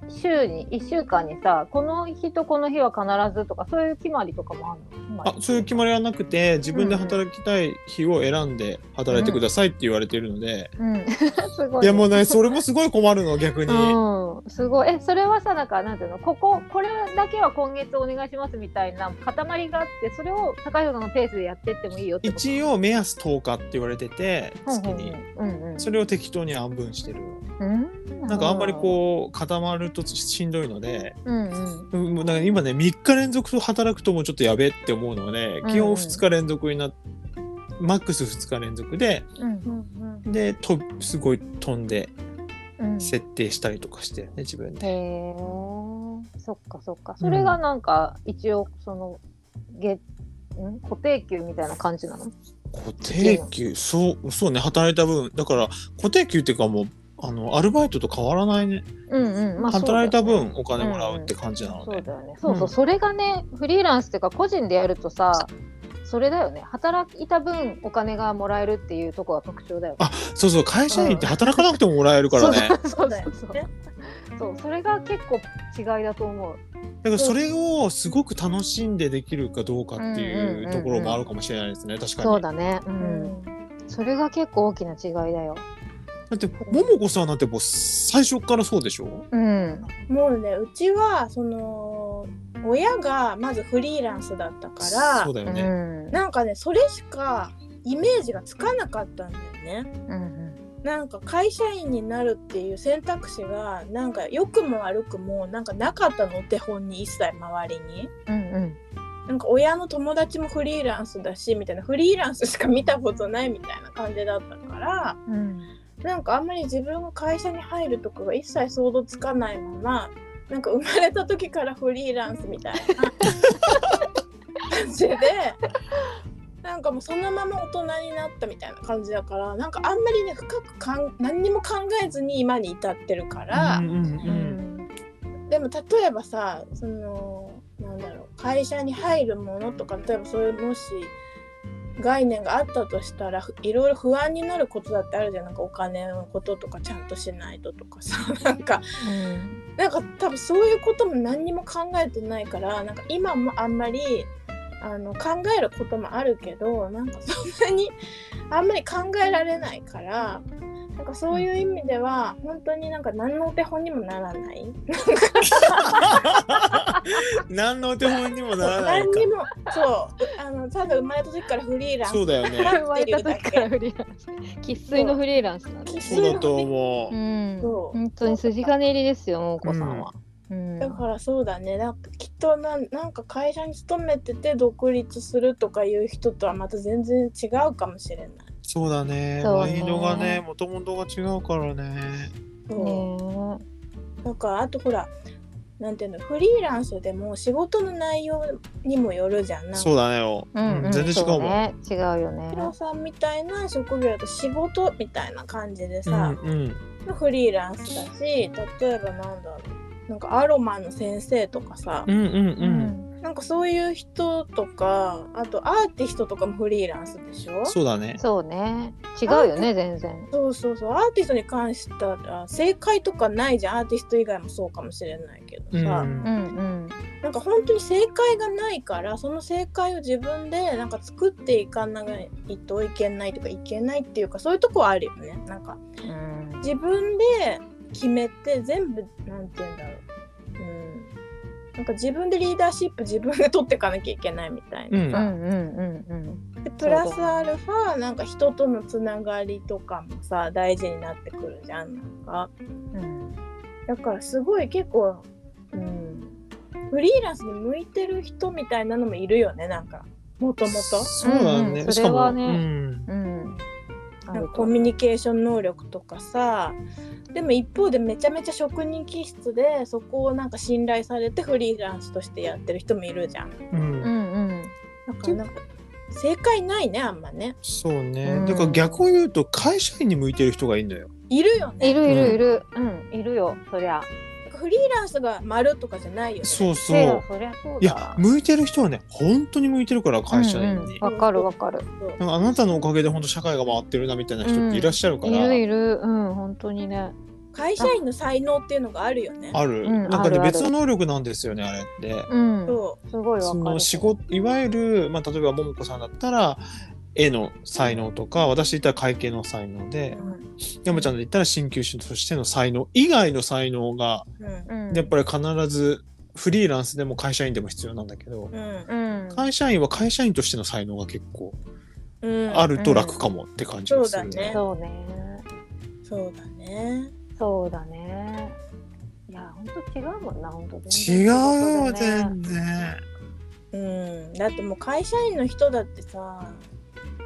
週に1週間にさこの日とこの日は必ずとかそういう決まりとかもあるの決まりあそういう決まりはなくて自分で働きたい日を選んで働いてくださいって言われてるので、うん、 すごいねいやもうねそれもすごい困るの逆に、うん、すごいえそれはさなんかなんていうのこここれだけは今月お願いしますみたいな塊があってそれを高平さんのペースでやってってもいいよってこと一応目安10日って言われててうん月にうんうんそれを適当に半分してるうんなんかあんまりこう固まるとしんどいのでうんうんうんもうなんか今ね3日連続と働くともうちょっとやべえって思うのでうん基本2日連続になっマックス2日連続でうんうんでとすごい飛んでうん設定したりとかしてね自分で。へえそっかそっかそれがなんか一応その月ん固定給みたいな感じなの固定給そうそうね働いた分だから固定給っていうかもうあのアルバイトと変わらないねうんうんまあそうだよ働ねいた分お金もらうって感じなのそうでだよねそうそう、うんそれがねフリーランスっていうか個人でやるとさそれだよね働いた分お金がもらえるっていうところが特徴だよねそうそう会社員って働かなくてももらえるからねそうそうそうそうそれが結構違いだと思うだからそれをすごく楽しんでできるかどうかっていうところもあるかもしれないですね確かに。そうだねう、うんんそれが結構大きな違いだよだってももこさんなんてもう最初からそうでしょうんもうねうちはその親がまずフリーランスだったからそうだようんね、なんかねそれしかイメージがつかなかったんだよねうんなんか会社員になるっていう選択肢がなんか良くも悪くもなんかなかったのお手本に一切周りにうんうんなんか親の友達もフリーランスだしみたいなフリーランスしか見たことないみたいな感じだったからうんなんかあんまり自分が会社に入るとかが一切想像つかないままなんか生まれた時からフリーランスみたいな感じでなんかもうそのまま大人になったみたいな感じだからなんかあんまりね深くかん何にも考えずに今に至ってるから、うんうんううんんでも例えばさそのなんだろう会社に入るものとか例えばそういうもし概念があったとしたらふいろいろ不安になることだってあるじゃんなんかお金のこととかちゃんとしないととかさ なんかなんか多分そういうことも何にも考えてないからなんか今もあんまりあの考えることもあるけどなんかそんなにあんまり考えられないからなんかそういう意味では本当になんか何のお手本にもならない 何のお手本にもならない何かにもそうあのただ生まれた時からフリーランスそうだよね生まれた時からフリーランス生粋のフリーランスなんで生すそうだと思ううんそう本当に筋金入りですよ桃子さんは、うんだからそうだねなんかきっとなんなんか会社に勤めてて独立するとかいう人とはまた全然違うかもしれないそうだねそうマねインドがねもともとが違うからねそう、ねだからあとほらなんていうのフリーランスでも仕事の内容にもよるじゃんなんかそうだねよえ、うんうん、全然違うもんそね、違うよねヒロさんみたいな職業だと仕事みたいな感じでさ、うんフリーランスだし例えばなんだろうなんかアロマの先生とかさ、うんうんううんなんかそういう人とかあとアーティストとかもフリーランスでしょそうだねそうね違うよね全然そうそうそうアーティストに関しては正解とかないじゃんアーティスト以外もそうかもしれないけどさ、うんうんうんなんか本当に正解がないからその正解を自分でなんか作っていかないといけないとかいけないっていうかそういうとこはあるよねなんかうん自分で決めて全部なんて言うんだろう、うん、なんか自分でリーダーシップ自分で取っていかなきゃいけないみたいなううんさ、んうんうんうんでプラスアルファなんか人とのつながりとかもさ大事になってくるじゃんなんかうんだからすごい結構、うん、フリーランスに向いてる人みたいなのもいるよねなんかもともと。そうだね、うんうんしかそれもはねうんうんあなんるかとコミュニケーション能力とかさでも一方でめちゃめちゃ職人気質でそこをなんか信頼されてフリーランスとしてやってる人もいるじゃん。う、うんんうんだからなんか正解ないねあんまね。そううねんだから逆を言うと会社員に向いてる人がいいんだよいるよね。いるいるいるうん、いるよそりゃなんかフリーランスが丸とかじゃないよね。そうそせやうそりゃそういだや向いてる人はね本当に向いてるから会社員に、うんうんわかるわかるそうなんかあなたのおかげで本当社会が回ってるなみたいな人っていらっしゃるかいら、るいるうん本当にね会社員の才能っていうのがあるよね。ある、うんなんかねあるある別の能力なんですよねあれって、うんそすごいわそかのる仕事いわゆる、まあ、例えばももこさんだったら絵の才能とか私で言ったら会計の才能う、でうん山ちゃんで言ったら鍼灸師としての才能以外の才能がうんうんやっぱり必ずフリーランスでも会社員でも必要なんだけど、うんうん会社員は会社員としての才能が結構うん、あると楽かもって感じがする、うんそうだねそうねそうだね。そうだねいや本当違うもんな本当違うよね全然。うん、だってもう会社員の人だってさ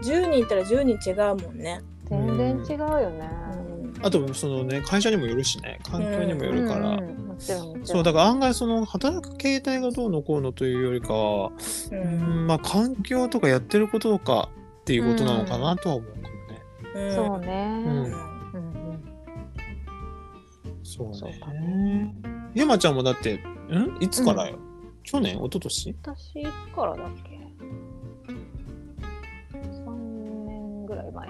10人いたら10人違うもんね。全然違うよねうんあとそのね会社にもよるしね環境にもよるから、うんうんもちろんもちそろうんだから案外その働く形態がどうのこうのというよりかは、ううんん、まあ環境とかやってることとかっていうことなのかなとは思うかもね。うんそうねうんうんうんそうね。そうだ山ちゃんもだってんいつからよ、去年一昨年私いつからだっけ三年ぐらい前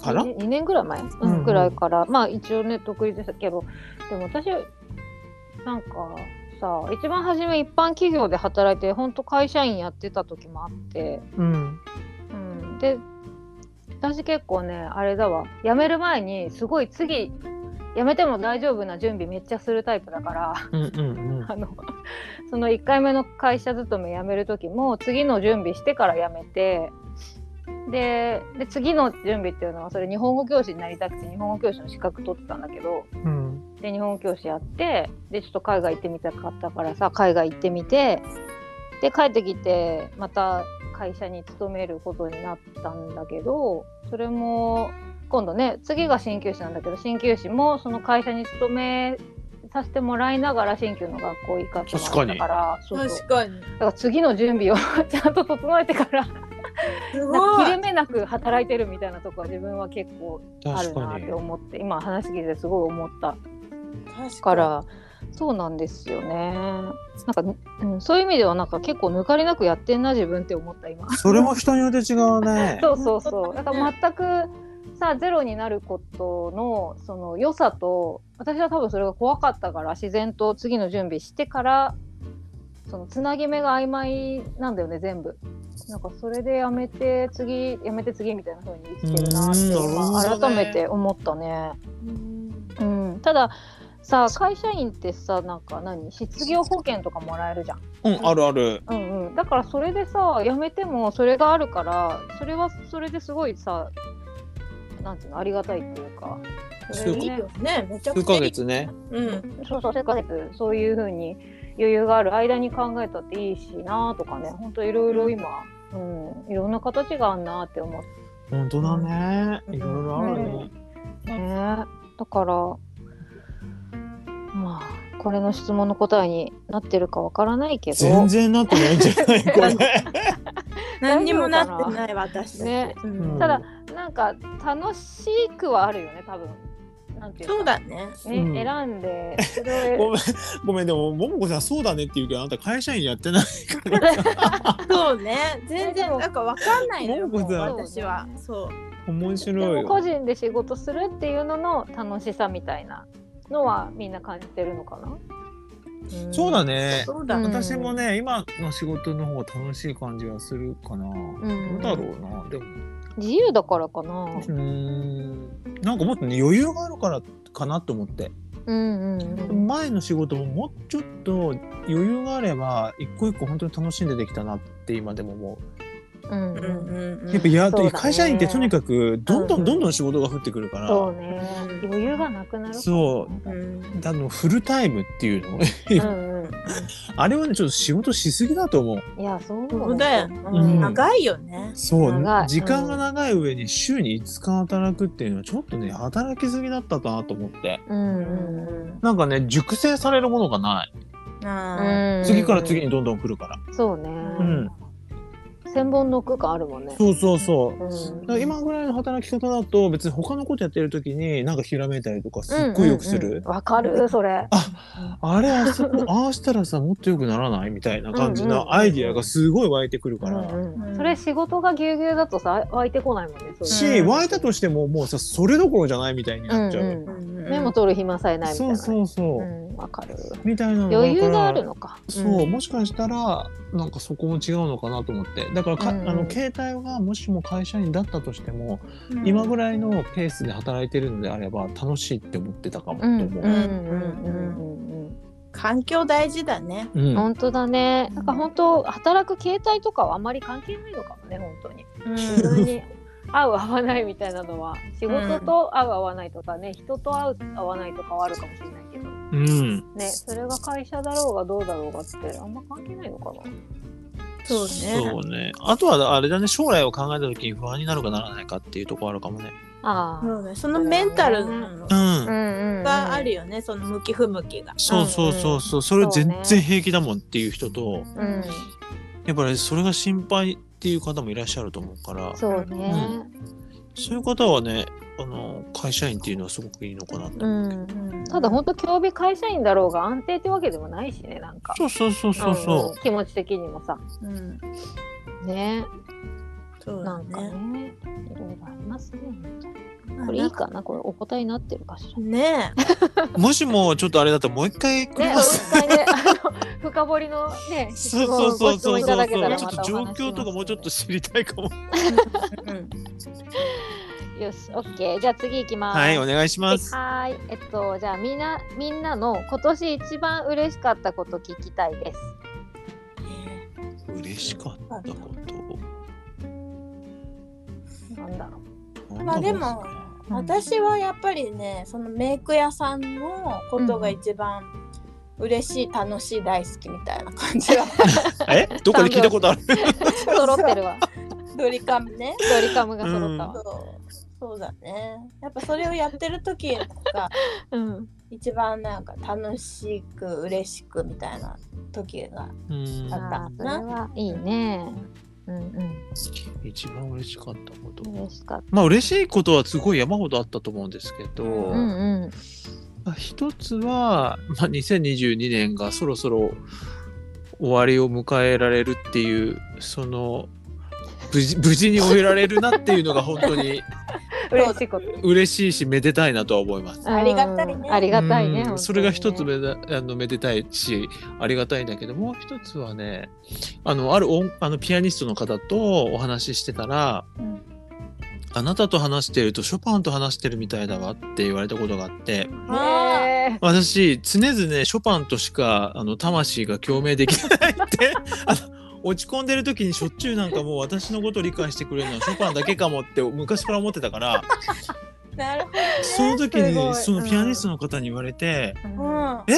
から、 2年ぐらい前、うんうんうんぐらいからまあ一応ね独立したけどでも私なんかさ一番初め一般企業で働いて本当会社員やってた時もあって、うん。うん、で私結構ねあれだわ辞める前にすごい次辞めても大丈夫な準備めっちゃするタイプだから。うんうんうんあの その1回目の会社勤め辞める時も次の準備してから辞めてでで次の準備っていうのはそれ日本語教師になりたくて日本語教師の資格取ってたんだけどうん。で日本語教師やってでちょっと海外行ってみたかったからさ海外行ってみてで帰ってきてまた会社に勤めることになったんだけどそれも今度ね次が鍼灸師なんだけど鍼灸師もその会社に勤めさせてもらいながら鍼灸の学校行かせてもらったからそうそう確かに。だから次の準備を ちゃんと整えてからすなんかご切いれ。目なく働いてるみたいなとこは自分は結構ある確なかっにて。思って今話聞いてすごい思った。確か。らそうなんですよねなんか、うん、そういう意味ではなんか結構抜かりなくやってんな自分って思った今それも人によって違うね。 そうそうそうだから全くさゼロになることのその良さと私は多分それが怖かったから自然と次の準備してからそのつなぎ目が曖昧なんだよね全部なんかそれでやめて次やめて次みたいな風に生きてるなってうんいうなるのほはど改ねめて思ったね。うんうん、たださ会社員ってさなんか何失業保険とかもらえるじゃん。うん、あるある。うんうん、だからそれでさ辞めてもそれがあるからそれはそれですごいさなんていうのありがたいっていうかそれいいでねよね、めちゃく数ちゃいヶい。月ね。うん、そうそうせっかくそういうふうに余裕がある間に考えたっていいしなとかねほんといろいろ今、うん、いろんな形があんなって思って本当だね。うんいろいろあるね。ねだからまあこれの質問の答えになってるかわからないけど全然なってないんじゃ ないこれ。何にもなってない私たちねうんただなんか楽しくはあるよね多分なんていうかそうだね。ね、うん選ん でそれごをめん、ごめん、でも、ももこさん、そうだねって言うけど、あんた会社員やってないから。そうね、全でも然なんかわかんないのよ、ももううこれ私は。そう。面で白いもよ。個人で仕事するっていうのの楽しさみたいなのはみんな感じてるのかな、そうだね。そうだうん私もね、今の仕事の方が楽しい感じがするかな。んどうだろうな。でも、自由だからかなうーん、なんかもっとね、余裕があるからかなと思って。うんうんうん前の仕事ももうちょっと余裕があれば、一個一個本当に楽しんでできたなって今でも思う。うんうんうんうんうん。やっぱや、そうだね会社員ってとにかくどんどうんんどんどん仕事が降ってくるから、そうね余裕がなくなるそううんあのフルタイムっていうのうんうんあれはねちょっと仕事しすぎだと思ういやそうそうだよ、うん長いよね。そう長い時間が長い上に週に5日働くっていうのはちょっとね働きすぎだったかなと思ってうんううんうんんなんかね熟成されるものがないあ次から次にどんどん来るから、そうね、ん千本の句感あるもんねそうそうそうだうんから今ぐらいの働き方だと別に他のことやってる時になんかひらめいたりとかすっごいよくする、うんうんうんわ、かるそれあれあそこ ああしたらさもっと良くならないみたいな感じうんうんうんうんのアイディアがすごい湧いてくるから、うんう、うんんそれ仕事がぎゅうぎゅうだとさ湧いてこないもんねそういうし、うん湧いたとしてももうさそれどころじゃないみたいになっちゃう、うんううんんメモ取る暇さえないみたいそなうそうそう、んわかるみたいなの余裕がだあるからのかそう、んもしかしたらなんかそこも違うのかなと思ってだからか、うんうんあの携帯がもしも会社員だったとしても、うん今ぐらいのペースで働いてるのであれば楽しいって思ってたかもとうん思うんう、うんうんうんうん環境大事だね。うん本当だねなんか本当働く携帯とかはあんまり関係ないのかもね本当に自分に合う合わないみたいなのは仕事と合う合わないとかね人と合う合わないとかはあるかもしれないけどうんねそれが会社だろうがどうだろうがってあんま関係ないのかなそうそね。うねあとはあれだね将来を考えた時に不安になるかならないかっていうところあるかもねああそうね。そのメンタルうのんんうがあるよね、その向き不向きが。そうそうそうそう、それ全然平気だもんっていう人と、うんやっぱりそれが心配っていう方もいらっしゃると思うから、そうねそういう方はね、あの会社員っていうのはすごくいいのかなと。うんうんただ本当競技会社員だろうが安定ってわけでもないしねなんかそうそうそうそううんそうん気持ち的にもさうんねそうなだんかね。ねいろいろありますねまあこれいいかなこれお答えになってるかしら ねう。もしもちょっとあれだったらもう一回くれね、ます。お伝えで、あの 深掘りのね、質そう問そうそうそうご質問いそたうだけたそう。らちょまったとお話しし状ます況とかもうちょっと知りたいかも。え。うんよし、オッケー、じゃあ次行きます。はい、お願いします。はーいえっと、じゃあみんな、みんなの今年一番嬉しかったこと聞きたいです。嬉しかったこと。なんだろう。まあでもうん私はやっぱりねそのメイク屋さんのことが一番嬉しい楽しい大好きみたいな感じ がえ、 どこで聞いたことある？揃って るわ。ドリカムねドリカムが揃ったそわ。うそうだねやっぱそれをやってる時 がうん。一番なんか楽しく嬉しくみたいな時がうんだったあーそれはいいね。うん一番嬉しかったことう。ん。嬉しかった。まあ嬉しいことはすごい山ほどあったと思うんですけど、うんうん。まあ一つは、まあ、2022年がそろそろ終わりを迎えられるっていうその無事無事に終えられるなっていうのが本当に嬉しいこと。嬉しいしめでたいなとは思います。ありがたいねありがたいね。うん本当にねそれが一つめであのめでたいしありがたいんだけどもう一つはねあのある音あのピアニストの方とお話ししてたら、うんあなたと話してるとショパンと話してるみたいだわ」って言われたことがあってあね私常々ショパンとしかあの魂が共鳴できないってあの落ち込んでる時にしょっちゅうなんかもう私のことを理解してくれるのはショパンだけかもって昔から思ってたからなるほその時すごいにそのピアニストの方に言われて。えど。うん。え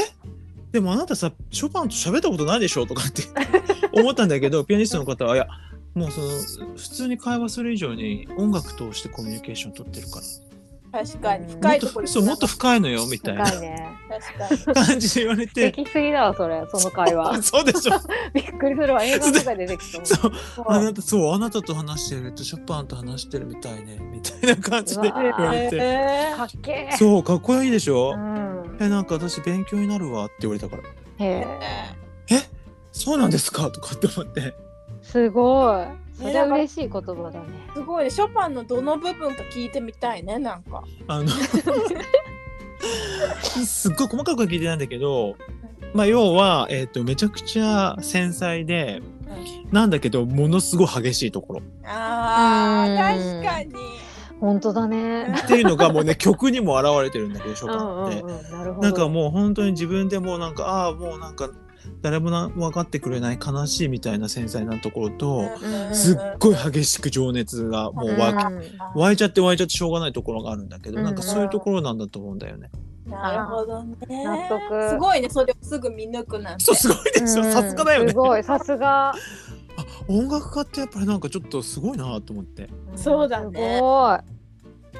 でもあなたさショパンと喋ったことないでしょとかって思ったんだけどピアニストの方はいやもうその普通に会話する以上に音楽通してコミュニケーション取ってるから確かに。うん深いもとっころとそうもっと深いのよみたいな深いね。確かに。感じで言われ素て。敵すぎだわ、それ、その会 話そうでしょびっくりするわ、映画とか出てきそう。そうそうあなたそうあなたと話してるとショパンと話してるみたいね みたいな感じでうわー言われてえかっけえ。そうかっこいいでしょ、うんえなんか私勉強になるわって言われたからへええそうなんですかとかって思ってすごい。それは嬉しい言葉だね。すごいねショパンのどの部分か聞いてみたいねなんか。あ のすっごい細かくは聞いてないんだけど、まあ、要は、えっとめちゃくちゃ繊細でなんだけどものすごい激しいところあうんー確かに。本当だね。っていうのがも うね曲にも表れてるんだけどシうョんうパンんって。うん。なるほど。なんかもう本当に自分でもうなんかああもうなんか誰もな分かってくれない悲しいみたいな繊細なところとうんすっごい激しく情熱がもう湧うん湧いちゃって湧いちゃってしょうがないところがあるんだけどなんかそういうところなんだと思うんだよね。なるほどね。納得すごいねそれをすぐ見抜くなんて。そうすごいでしょうんさすがだよね。すごい、さすが。あ音楽家ってやっぱりなんかちょっとすごいなと思って、んそうだねすごい。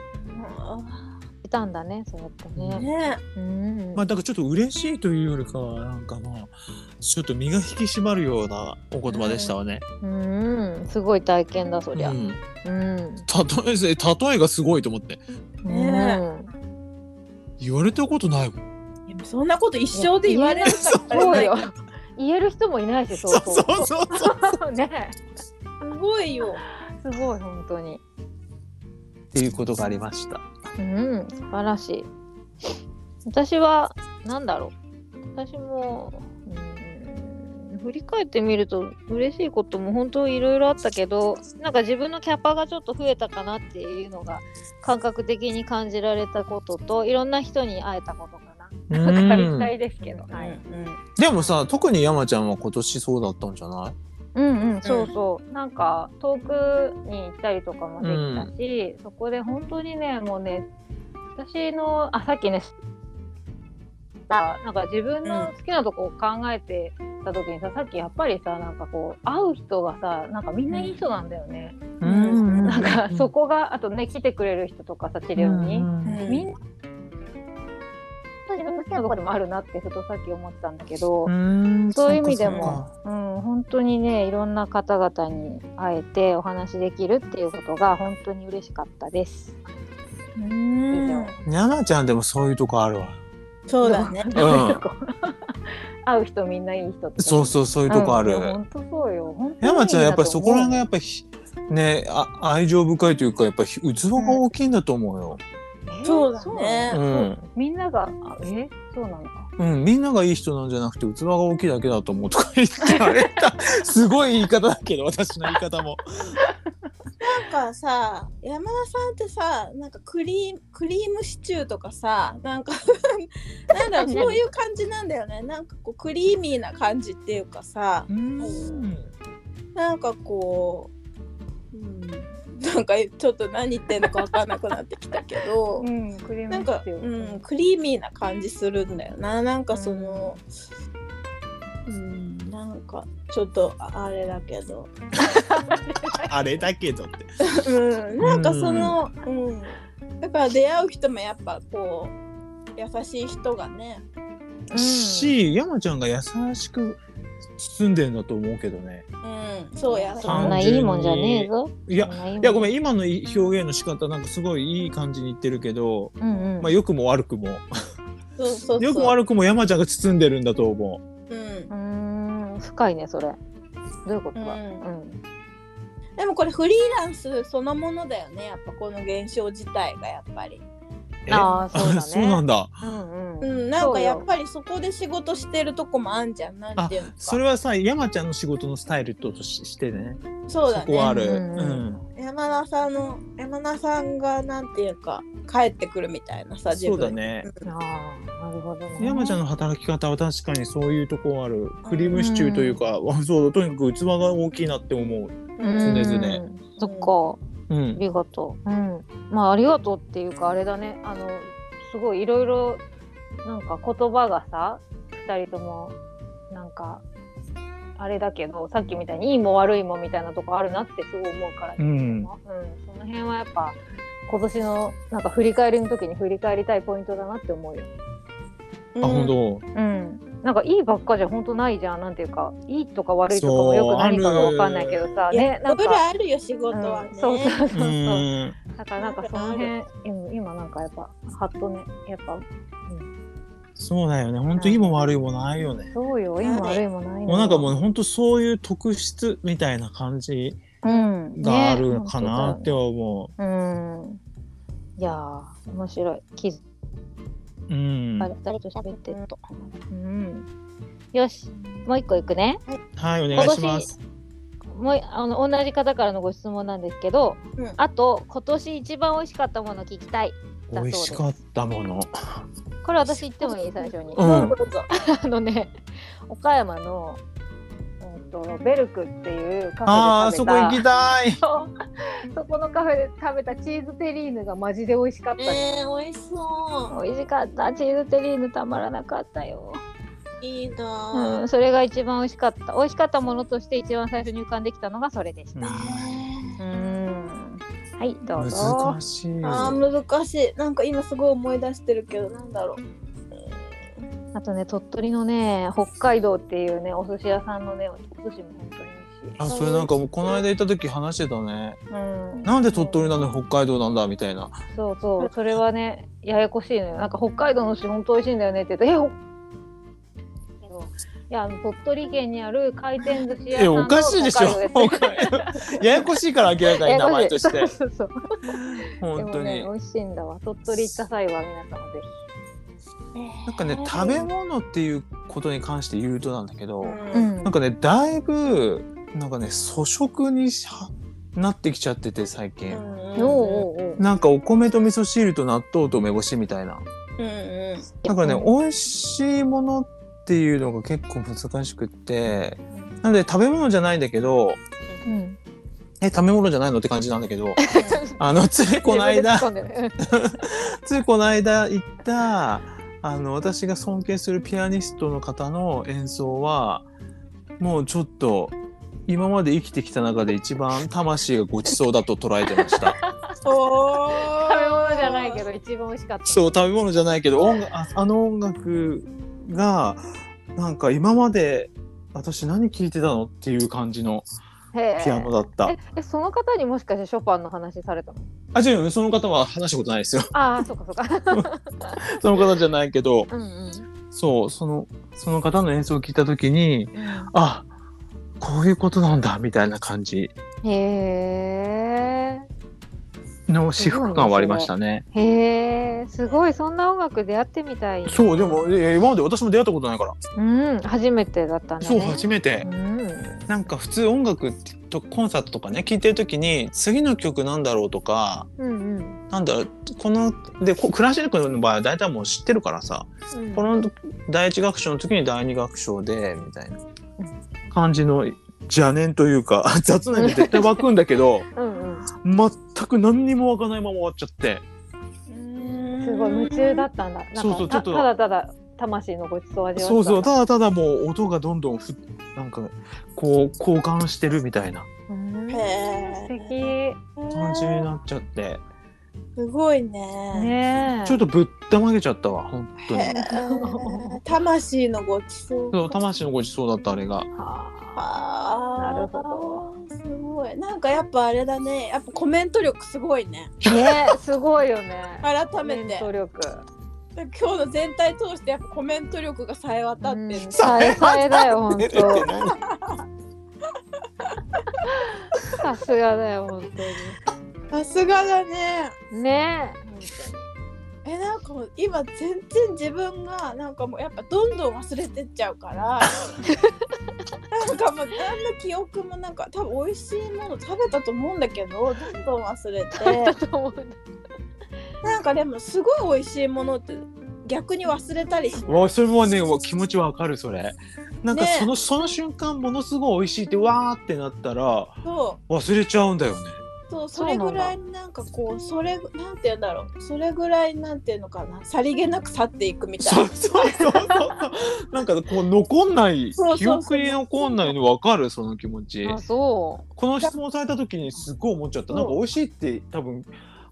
ういたんだね、そうやってんね。ねうんまあだからちょっと嬉しいというよりかはなんかまあちょっと身が引き締まるようなお言葉でしたわね。うん、すごい体験だ、そうりん、ゃ。例うん。え例えがすごいと思って ねうん言われたことないもん。いやそんなこと一生で言われるからそうよ。言える人もいないし、そうそう。そうそうそうそう。 ね。すごいよ。すごい、本当に。っていうことがありました。うん、素晴らしい。私は、なんだろう。私も、うん、振り返ってみると、嬉しいことも本当いろいろあったけど、なんか自分のキャパがちょっと増えたかなっていうのが、感覚的に感じられたことと、いろんな人に会えたことかな。うん軽期待ですけど。はい。でもさ特に山ちゃんは今年そうだったんじゃないうんうん、そうそう、なんか遠くに行ったりとかもできたし、そこで本当にねもうね私のあさっきねあなんか自分の好きなとこを考えてた時にさ、さっきやっぱりさなんかこう会う人がさなんかみんないい人なんだよね、うんなんかそここがあとね来てくれる人とかさ治療に、うんみんな自分の好きなとこでもあるなってふとさっき思ったんだけど、そういう意味でも、うん、本当にねいろんな方々に会えてお話できるっていうことが本当に嬉しかったです。う以ん上。山ちゃんでもそういうとこあるわ。そうだね。うん 会う人みんないい人ってそうそうそういうとこある。うんいや本当そうよ。本当にいい山なと思うちゃんやっぱりそこら辺がやっぱひねあ愛情深いというかやっぱひ器が大きいんだと思うよ。えー そうだねなうのん、みんながあえそうなのか。うん、みんながいい人なんじゃなくて器が大きいだけだと思うとか言ってあれすごい言い方だけど私の言い方も。なんかさ山田さんってさなんかクリームクリームシチューとかさなんか なんだろう何そういう感じなんだよねなんかこうクリーミーな感じっていうかさうんなんかこう、うん、なんかちょっと何言ってんのか分かんなくなってきたけどうんクリームなんか、シチューうん、クリーミーな感じするんだよななんかその、うん、なんかちょっとあれだけどあれだけどって。うん、 なんかその、うんだから出会う人もやっぱこう優しい人がねうんし山ちゃんが優しく包んでんだと思うけどね。うんそうやそそんうないいもんじゃねえぞ。いやそんないいもんいやごめん今のい表現の仕方なんかすごいいい感じに言ってるけど、うんうん。まあ、良くも悪くもそうそうそう良くも悪くも山ちゃんが包んでるんだと思う。うんうーん深いねそれ。どういうことだ。うんうんでもこれフリーランスそのものだよねやっぱこの現象自体がやっぱりえああそうだね そうなんだ。うんううんんなんそうかよやっぱりそこで仕事してるとこもあんじゃんなんていうのかそれはさ、山ちゃんの仕事のスタイルとししてね。そうそだこはあねる。ううんん。山田さんの山田さんがなんていうか帰ってくるみたいなさ自そう分だね。ああなるほどね山ちゃんの働き方は確かにそういうとこある。クリームシチューというか、わそうだとにかく器が大きいなって思う。うん常々そっかうあん。りがとう、うん、まあありがとうっていうかあれだねあのすごいいろいろなんか言葉がさ2人ともなんかあれだけどさっきみたいにいいも悪いもみたいなとこあるなってすごい思うから、うんうん、その辺はやっぱ今年のなんか振り返りの時に振り返りたいポイントだなって思うよ。うんあ、本当。うん、なんかいいばっかじゃ本当ないじゃんなんていうかいいとか悪いとかもよく何かがわかんないけどさいやねなんいろいろか、あるよ仕事はね、うんそうそうそううそう。ん。だからなんかその辺、うん今なんかやっぱハッとねやっぱそうだよね。本当いいも悪いもないよね。そうよ今悪いもないのもうなんかもう本当そういう特質みたいな感じうんがあねるかなっては思うんいやー面白い気づう。うん。かれたりと喋ってるとうんよしもう一個いくねはい、お願いします。もうあの同じ方からのご質問なんですけど、うんあと今年一番美味しかったもの聞きたい美だそう味ですしかったもの。これ私言ってもいい最初うに、んどうぞあのね岡山の、うん、とベルクっていうカフェで食べたああ、そこ行きたい。そうそこのカフェで食べたチーズテリーヌがマジで美味しかったね、えー、美味しそ美味しかったチーズテリーヌたまらなかったよ、ういいなうぁん、それが一番美味しかった美味しかったものとして一番最初に浮かんできたのがそれでしたうんうんはいどうぞ難しい。あー難しいなんか今すごい思い出してるけどなんだろうあとね鳥取のね北海道っていうねお寿司屋さんのねお寿司も本当に美味しいあ、それなんかもうこの間行った時話してたね。うん、なんで鳥取なのに北海道なんだみたいな。そうそうそれはねややこしいのよなんか北海道の牛本当美味しいんだよねって言ってえほけどいやあの鳥取県にある回転寿司屋さえ、んのおかしいでしょ北海。道北海道ややこしいから明らかに名前としややてこ。そうそうそう本で当もねに。美味しいんだわ鳥取行った際は皆さんもぜなんかね、食べ物っていうことに関して言うとなんだけど、ひ、うんなんかね、だいぶ、なんかね、粗食にしはなってきちゃってて、最近。うおうんおうおうなんかお米と味噌汁と納豆と梅干しみたいな。うんうんだからね、美味しいものっていうのが結構難しくって、なので食べ物じゃないんだけど、うんえ、食べ物じゃないのって感じなんだけど、あの、ついこの間、自分で突っ込んでるついこの間行った、あの、私が尊敬するピアニストの方の演奏は、もうちょっと、今まで生きてきた中で一番魂がごちそうだと捉えてました。お食べ物じゃないけどど一番美味しかったそう食べ物じゃないけど音楽ああの音楽がなんか今まで私何聴いてたのっていう感じのへえピアノだった。ええその方にもしかしてショパンの話されたのあ、違うよその方は話したことないですよ。 ああそうかそうかその方じゃないけど、うんうんそう、その、その方の演奏を聞いたときに、あ、こういうことなんだ、みたいな感じへえの至福感はありましたね。へえすごいそんな音楽出会ってみたいそう、でも、いや今まで私も出会ったことないから。うん初めてだったんだそう、ね初めて。うんなんか普通音楽とコンサートとかね、聴いてるときに、次の曲なんだろうとか、うんうんなんだろうこのでこクラシックの場合は大体もう知ってるからさ、この第一楽章の時に第二楽章でみたいな感じの邪念というか 雑念で絶対湧くんだけどうんうん全く何にも湧かないまま終わっちゃってすごい夢中だったんだなんかそうそうたちょっとただただ魂のごちそうを味わったそうそうただただもう音がどんどんふなんかこう交換してるみたいなうんへ素え敵感じになっちゃってすごいねねえちょっとぶったまげちゃったわ本当にへー魂のごちそうそう魂のごちそうだったあれがはああーなるほすごいなんかやっぱあれだねやっぱコメント力すごいねねえすごいよね改めてコメント力今日の全体通してやっぱコメント力がさえ渡ってる、うんさえさえだよ本出て当何さすがだよ、本当さすがだねに。ねえ。本えなんか今全然自分がなんかもうやっぱどんどん忘れてっちゃうから なんかもう何の記憶もなんか多分美味しいもの食べたと思うんだけどどんどん忘れ 当に。てだと思うんだなんかでもすごい美味しいものって逆に忘れたりしわそれもねわ気持ちわかるそれなんかねその,、その瞬間ものすごい美味しいってわーってなったらと忘れちゃうんだよねそうそそうなれんだぐらいになんかこうそれなんて言うんだろうそれぐらいなんていうのかなさりげなく去っていくみたいそうな。そうそうそうそうなんかこう残んないそうそう記憶に残んないのわかるその気持ちあ、そこの質問された時にすごい思っちゃったそうなんか美味しいって多分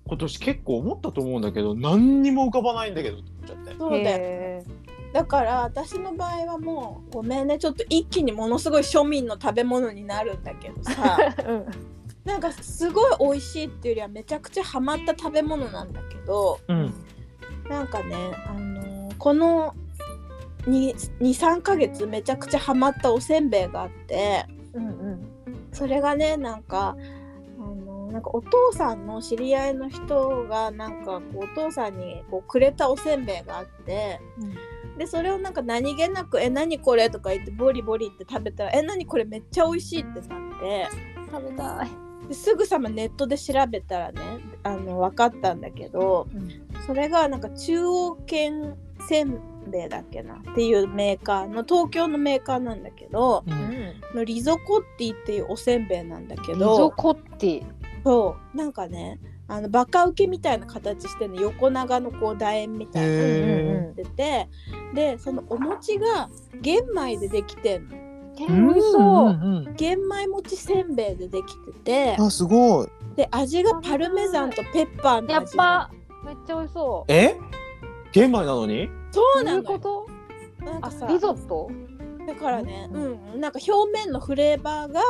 今年結構思ったと思うんだけど何にも浮かばないんだけどって思っちゃってう。そうだよへえだから私の場合はもうごめんねちょっと一気にものすごい庶民の食べ物になるんだけどさ うん。なんかすごい美味しいっていうよりはめちゃくちゃハマった食べ物なんだけどうんなんかね、あのーこの23ヶ月めちゃくちゃハマったおせんべいがあってうんそれがねなんか。あのーなんかお父さんの知り合いの人がなんかこうお父さんにこうくれたおせんべいがあってうん。でそれをなんか何気なく「え何これ?」とか言ってボリボリって食べたら「え何これめっちゃ美味しい」ってなって食べたい。ですぐさまネットで調べたらねあの分かったんだけど、うんそれがなんか中央圏せんべいだっけなっていうメーカーの東京のメーカーなんだけどううんん。のリゾコッティっていうおせんべいなんだけリどゾコッティ。そうなんかねあのバカウケみたいな形してね横長のこう楕円みたいなうんへーうんうん。っててでそのお餅が玄米でできてんのえー、美味しそうう。んうん玄米餅せんべいでできててあすごいで味がパルメザンとペッパーのやっ味ぱ、めっちゃ美味しそう。え玄米なのにそどうなういうのこよとなんあかさ、リゾットだからね、ううん、なんか表面のフレーバーが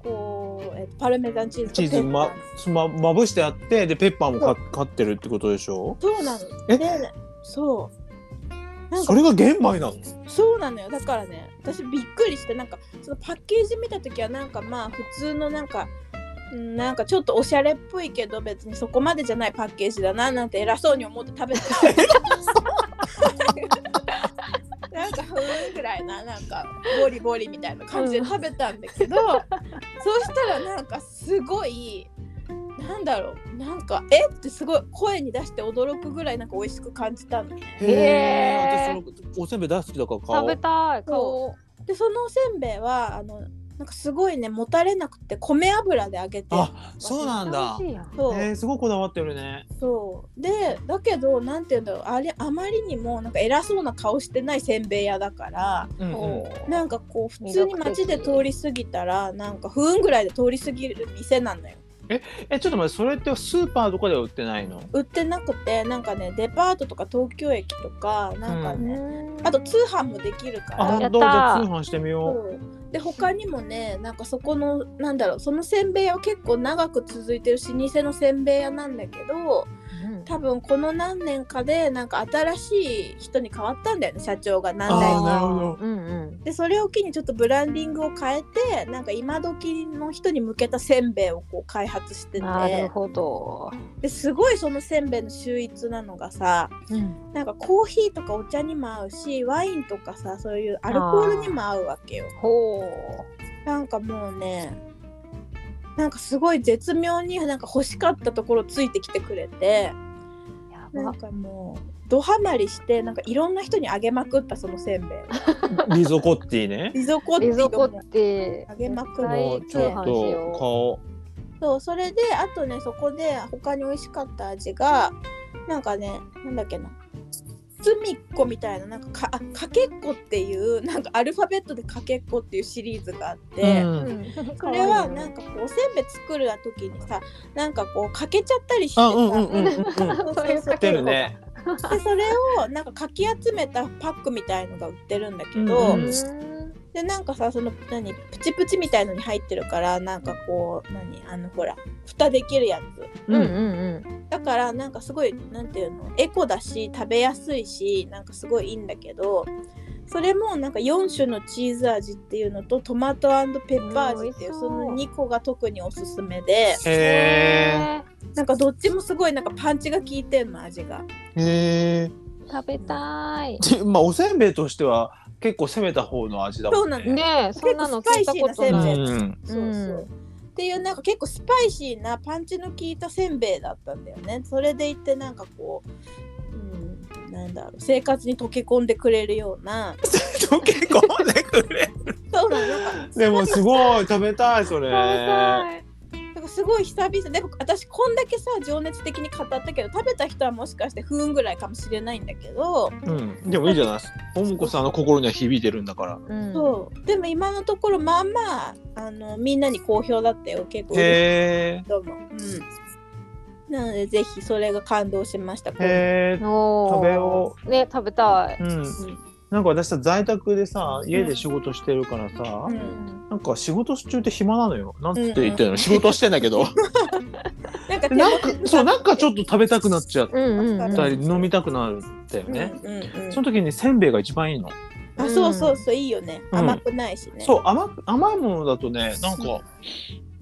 こう、えっとパルメザンチーズとチペーズッパーまままぶしてあってでペッパーもかかってるってことでしょそうなえのでそうなんそかれが玄米なのそうなのよだからね私びっくりしてなんかそのパッケージ見た時はなんかまあ普通のなんかうんなんかちょっとおしゃれっぽいけど別にそこまでじゃないパッケージだななんて偉そうに思って食べてたなんかふーんぐらいななんかボリボリみたいな感じで食べたんだけど、そうしたらなんかすごいなんだろうなんかえってすごい声に出して驚くぐらいなんか美味しく感じたのへえー私そのおせんべい大好きだから買お食うべたい顔でそのおせんべいはあのなんかすごいねもたれなくて米油で揚げてあそうなんだ美味しいやんそう,、えー、すごいこだわってるねそうでだけどなんていうんだろうあれあまりにもなんか偉そうな顔してないせんべい屋だからうんうんなんかこう普通に街で通り過ぎたらなんか不運ぐらいで通り過ぎる店なんだよえちょっと待ってそれってスーパーとかでは売ってないの売ってなくてなんかねデパートとか東京駅とかなんかね、あと通販もできるからあや本った当じゃあ通販してみよそうで他にもねなんかそこのなんだろうそのせんべい屋は結構長く続いてる老舗のせんべい屋なんだけどうん多分この何年かでなんか新しい人に変わったんだよね社長が何あ代ーか。なるほどうんうんでそれを機にちょっとブランディングを変えてなんか今時の人に向けたせんべいをこう開発してなるてほどですごいそのせんべいの秀逸なのがさうんなんかコーヒーとかお茶にも合うしワインとかさそういうアルコールにも合うわけよ。ほなんかもうねなんかすごい絶妙になんか欲しかったところついてきてくれてうやなばんかもうドハマりしてなんかいろんな人にあげまくったそのせんべいをうリゾコッティねリゾコッテリィゾコとッティあげまく絶対もうちょっ通販しとよう顔そうそれであとねそこで他に美味しかった味がなんかねなんだっけなつみっこみたいななんかかあかけっこっていうなんかアルファベットでかけっこっていうシリーズがあって、うんここれはなんかこうおせんべい作る時にさなんかこうかけちゃったりしてあさ、うんうんうんうんうんそうそそういううかけそう出るねでそれをなんかかき集めたパックみたいのが売ってるんだけうど、んでなんかさその何プチプチみたいのに入ってるからなんかこう何あのほら蓋できるやつうんうんうんうんだからなんかすごいなんていうのエコだし食べやすいしなんかすごいいいんだけどそれもなんか4種のチーズ味っていうのとトマトペッパー味っていううんそ美の味し2個が特におすすめでへなんかどっちもすごいなんかパンチが効いてんの味がえ。へー食べたいえ。まあおせんべいとしては結構攻めた方の味だもんね。そうなのねえそんなの聞いたこと結構スパイシーなせんないべいうん。そうそう、うんっていうなんか結構スパイシーなパンチの効いたせんべいだったんだよねそれでいてなんかこう、うん、なんだろう生活に溶け込んでくれるような溶け込んでくれ。そうなのなんかでもすごい食べたいそれ。なんかすごい久々でも私こんだけさ情熱的に語ったけど食べた人はもしかして不運ぐらいかもしれないんだけど、うん。でもいいじゃない。ももこさんの心には響いてるんだから。うんそうでも今のところまあまああのみんなに好評だったよ結構へえ。どうも、うん、なのでぜひそれが感動しましたへえ。おー食べよね食べたい、うん。なんか私さ在宅でさ家で仕事してるからさう、んなんか仕事中って暇なのよ。なんて言ってるの。仕事はしてんだけど。なんか手なん元かに そうなんかちょっと食べたくなっちゃっうんうんうわんかたるり飲みたくなるんだよね。うんうんうんその時にせんべいが一番いいの。あそうそうそういいよね、うん甘くないしねそう甘く甘いものだとねなんか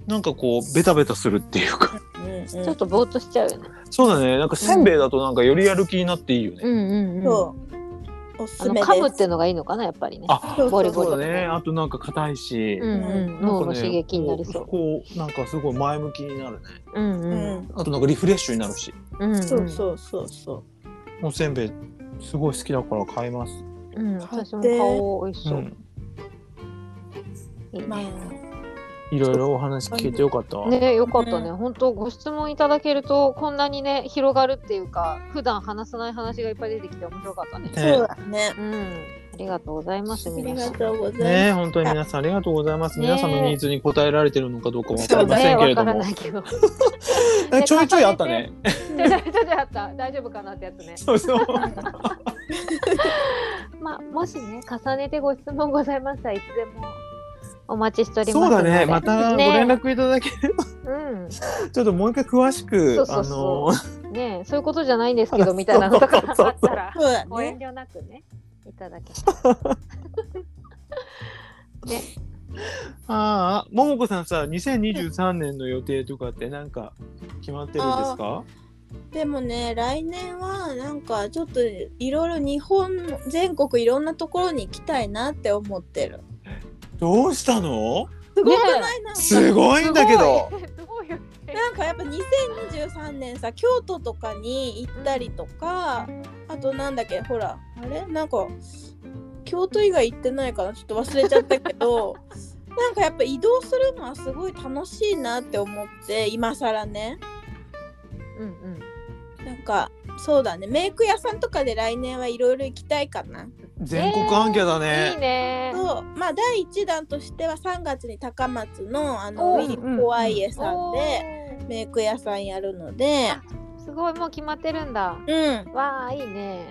なんかこうベタベタするっていうか。うんうん、ちちょっとぼーっとしちゃうよねそうだねなんかせんべいだとなんかよりやる気になっていいよね。うんうんうんそうおすあすのめです噛むってのがいいのかなやっぱりねあそうそうボリボリそうだねあとなんか硬いし。うんうん、なん脳かのね刺激になりそう。こうなんかすごい前向きになるねうんううんん、あとなんかリフレッシュになるしうんん。そうそうそうそうおせんべいすごい好きだから買います、うん。私も顔美味しそうう。ん、いいねまあいろいろお話聞けてよかったわ、ねよかったね、本当ご質問いただけるとこんなにね広がるっていうか普段話さない話がいっぱい出てきて面白かったね。ねそうだねうん、ありがとうございますあり皆がさん。とうございます、ね本当に皆さんありがとうございます、ね皆さんのニーズに応えられてるのかどうかわかそりうませねんけわれかどらも、ないけど。ちえちょいちょいあったねょちょちょちょあった大丈夫かなってやつね。そうそうまあもしね重ねてご質問ございましたらいつでもお待ちしておりまそすうだねまたご連ね絡いただけ、うんちょっともう一回詳しくそうそうそあのねそういうことじゃないんですけどみたいなのとかあったら。そうだご遠ね慮なくね、いただけたら。ああももこさんさ2023年の予定とかってなんか決まってるんですかでもね来年はなんかちょっといろいろ日本全国いろんなところに行きたいなって思ってるどうしたのすごくないなんかすごいんだけどすごい。すごいよね。なんかやっぱ2023年さ京都とかに行ったりとかあとなんだっけほらあれなんか京都以外行ってないかなちょっと忘れちゃったけど なんかやっぱ移動するのはすごい楽しいなって思って今更ねうんうん。なんかそうだねメイク屋さんとかで来年はいろいろ行きたいかな全国アンキャだいいね、ね。そうまあ第1弾としては3月に高松のあおのうウィリー・ホワイエさんおでーメイク屋さんやるのですごいもう決まってるんだ。うんわあいいね。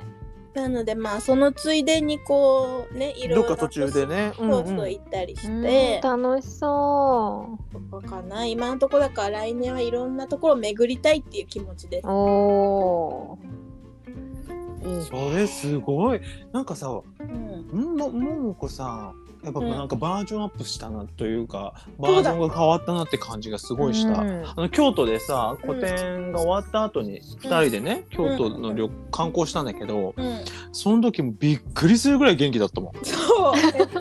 なのでまあそのついでにこうねいろいどろっか途中でねそううんそううん行ったりしうんて、楽しそとかかな今のところだから来年はいろんなところを巡りたいっていう気持ちですう。。おお。いいね。それすごいなんかさうん、もももこさんやっぱうんなんかバージョンアップしたなというか、バそーうジだョンが変わったなって感じがすごいした、うんあの京都でさ個展が終わった後に2人でね、京都の旅観光したんだけどうん、その時もびっくりするぐらい元気だったもんそうめちゃめちゃ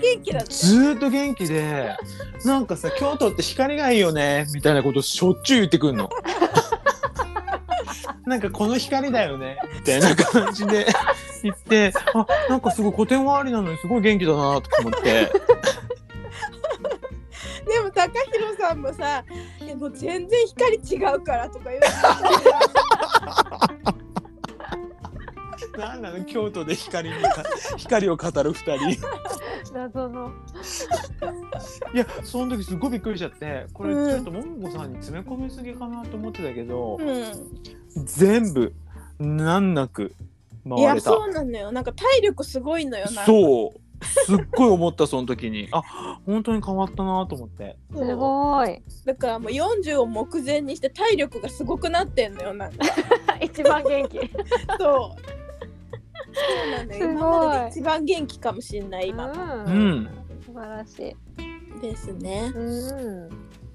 元気だった。ずーっと元気でなんかさ「京都って光がいいよね」みたいなことしょっちゅう言ってく んの。なんかこの光だよねみたいな感じで言ってあなんかすごい古典はありなのにすごい元気だなとか思ってでも高弘さんもさ「いやもう全然光違うから」とか言うなんなの京都で光に光を語る2人謎の。いやその時すごいびっくりしちゃってこれちょっとももこさんに詰め込みすぎかなと思ってたけど、うん、全部難なくい回やれた。そうなのよなんか体力すごいのよなんかそう。すっごい思ったその時にあ本当に変わったなと思ってすご い。だからもう40を目前にして体力がすごくなってんのよなんか一番元気。そうそうなんだすよごい今までで一番元気かもしれない今ううんん素晴らしい。ですね。うん。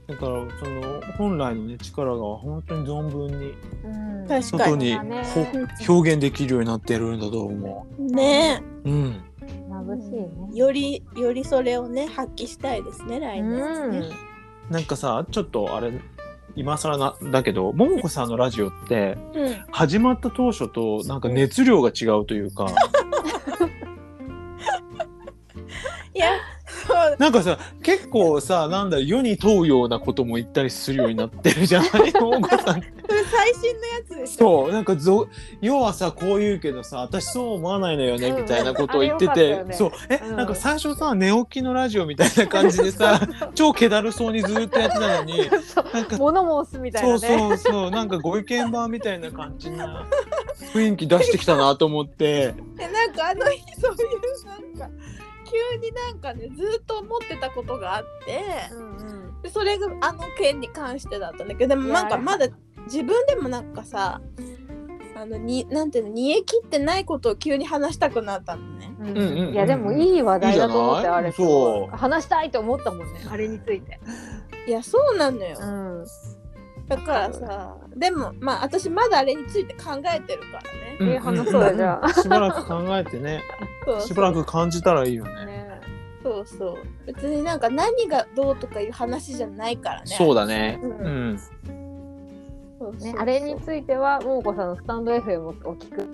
だからその本来のね力が本当に存分にうん確か外ににそうだねほ表現できるようになってるんだと思ねう。うん。眩しいね。よりよりそれをね発揮したいですね来年ね。なんかさちょっとあれ今更なだけどももこさんのラジオってうん、始まった当初となんか熱量が違うと いうかいやそうなんかさ結構さなんだ世に問うようなことも言ったりするようになってるじゃ ないももこさん。これ最新のやつでしょ。そうなんかぞ要はさこう言うけどさ私そう思わないのよねうんみたいなことを言ってあれて、よかったよねそうえ、うんなんか最初さ寝起きのラジオみたいな感じでさ 超気だるそうにずーっとやってたのに そうなんか物申すみたいそなうね。そうそうなんかご意見番みたいな感じな雰囲気出してきたなと思ってえなんかあの日そういうなんか急になんかねずっと思ってたことがあってうんうんでそれがあの件に関してだったんだけどでもなんかいやまだ自分でもなんかさあのになんていうの煮え切ってないことを急に話したくなったのね。うんうんうんいやでもいい話題だと思っいいじてゃないあれすごいそう話したいと思ったもんねあれについて。いやそうなのよ。うん。だからさでもまあ私まだあれについて考えてるからね。え話そうだじゃしばらく考えてねそうしばらく感じたらいいよねね。そうそう別になんか何がどうとかいう話じゃないからねそうだねううんんそうそうそうねあれについては桃子さんのスタンド FM を聞く。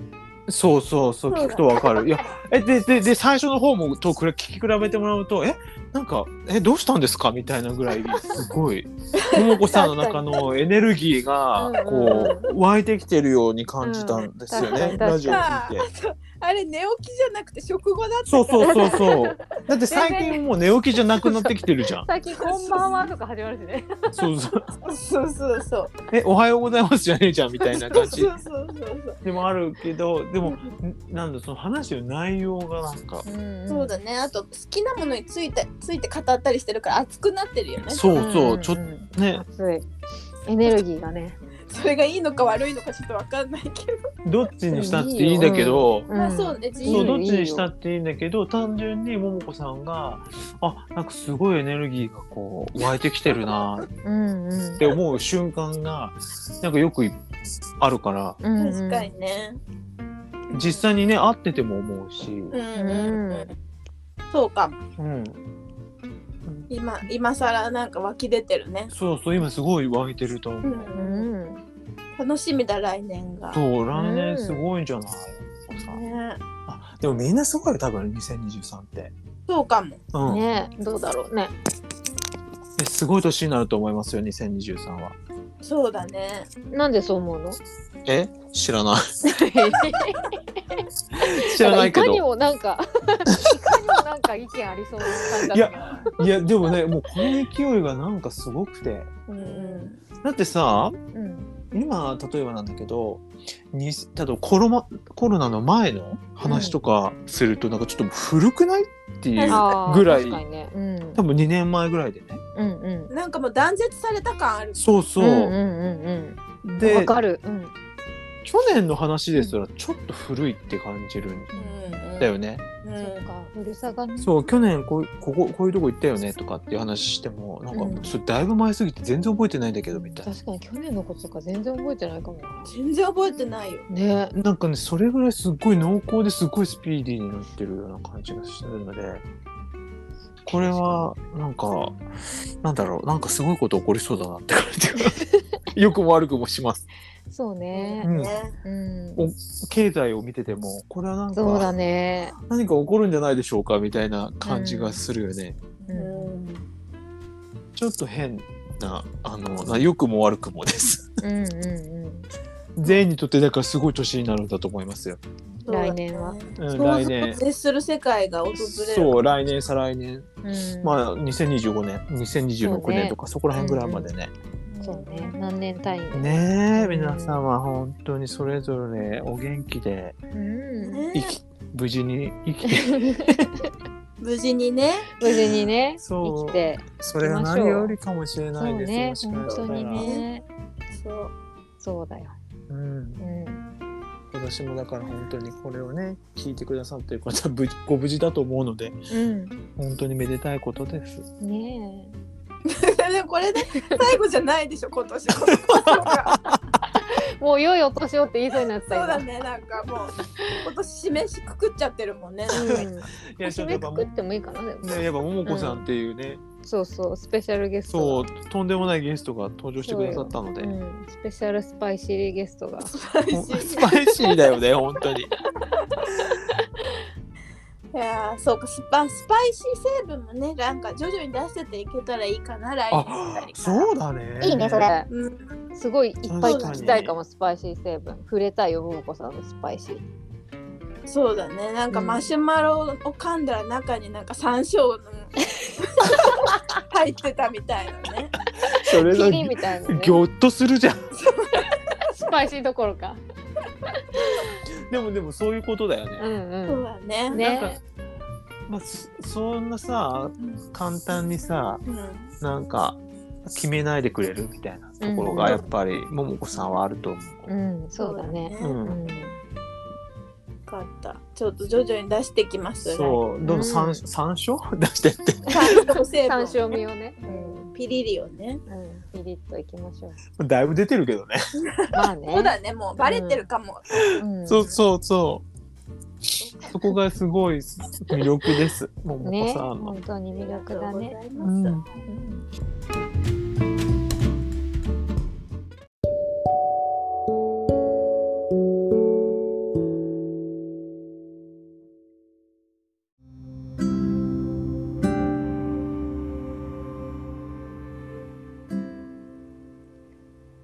そうそうそう聞くとわかるいやえででで最初の方もとこれ聞き比べてもらうとえなんかえどうしたんですかみたいなぐらいすご い桃子さんの中のエネルギーがこう湧いてきてるように感じたんですよね、うん確かにラジオさ聞いてあ。とあれ寝起きじゃなくて食後だったそうからそうそう そう。だって最近もう寝起きじゃなくなってきてるじゃん。 最近こんばんはとか始まるし ね。そうそう。そうそうそうえ、おはようございますじゃねえじゃんみたいなそ感うじそうそうそう でもあるけど、でも、んなんだ、その話の内容がなんか。そうだねあと好きなものについてついて語ったりしてるから熱くなってるよねそうそう、ちょっととね、熱いエネルギーがね。それがいいのか悪いのかちょっとわかんないけどど、っちにしたっていいんだけど。んまあそうね自そう由どっにちにしたっていいんだけど単純にももこさんがあなんかすごいエネルギーがこう湧いてきてるなうんうんって思う瞬間がなんかよくいあるからうんうん確かにね実際にね会ってても思うし、うんうん、ううんん、そうかもうん、今今更なんか湧き出てるねそうそう今すごい湧いてると思うう、うんん楽しみだ来年がそう来年すごいんじゃない、さねあでもみんなすごいよ多分2023って、そうかもうんねえどうだろうね。えすごい年になると思いますよ2023はそうだねなんでそう思うの？え知らない 知らないけかにどもなんかいかにもなんか意見ありそうな感じだったけど。いやでもねもうこの勢いがなんかすごくてうんうんだってさ うん今例えばなんだけどに例えばコロナコロナの前の話とかすると、なんかちょっともう古くないっていうあーぐらい確かにね。うん多分2年前ぐらいでねうんうん。なんかもう断絶された感あるそうそう、うんうんうんうん。わでかる。うん。去年の話ですらちょっと古いって感じるんだよね、うんそううんか。古さがね。そう去年こうこここういうとこ行ったよねとかっていう話してもなんか、うんそれだいぶ前すぎて全然覚えてないんだけどみたいな確かに去年のこととか全然覚えてないかもな。全然覚えてないよねなんかねそれぐらいすっごい濃厚ですごいスピーディーになってるような感じがするのでこれはなんかなんだろうなんかすごいこと起こりそうだなって感 じがよくも悪くもします、そうねう。ん、ねうん。お経済を見ててもこれはなんそうだかね。何か起こるんじゃないでしょうかみたいな感じがするよね、うんんちょっと変な、あの、な良くも悪くもです。うんうん全員にとってだからすごい年になるんだと思いますよ。うん。来年は。うん、来来年年。接する世界が訪れるそう、来年、再来年。うん。まあ、2025年、2026年とか、そこら辺ぐらいまでね。そうね。何年単位で。ねえ、うん皆様、本当にそれぞれお元気で、うん。ね生き、無事に生きて、無事にね 無事にね、そう生きて。それが何よりかもしれそなういです。ねも。しか本した当らにね。そうそうだよ。うんうん。と私もだから本当にこれをね聞いてくださってる方無事ご無事だと思うのでうん。本当にめでたいことです。ね でもこれで最後じゃないでしょ今 年この放送がえ。もう良いお年をって言いそうになっそうたよ。だねなんかもう今年締めしくくっちゃってるもんねうん。い締めくくってもいいかなでも。ね、やっぱももこさんっていうね、そうそうスペシャルゲストが。そうとんでもないゲストが登場してくださったので、うん、スペシャルスパイシーゲストが。もうスパイシーだよね本当にいやーそうかスパスパイシー成分もねなんか徐々に出せていけたらいいかな来年あたありからそうだねいいねそれ。うん、すごいいっぱい聞きたいかもスパイシー成分。触れたいよももこさんのスパイシー。そうだねなんかうんマシュマロを噛んだら中になんか山椒の 入ってたみたいなねそれキだリみた いなね。ぎょっとするじゃんスパイシーどころか。でもでもそういうことだようね、んう。そうんだねねなんか、まあ、そそんなさ簡単にさうん、なんか決めないでくれるみたいなところがやっぱりももこさんはあると思う、うん、そうだね。うよんかったちょっと徐々に出してきますそうどうんの山山椒 出してって山椒成三分椒味をね。ピリリをねうん、ピリッといきましょう。だいぶ出てるけどねまあね。そうだねもうバレてるかも、うんそうそうそうそこがすごい魅力 ですももこね、さんの、本当に魅力だね。ありがとううございます、ん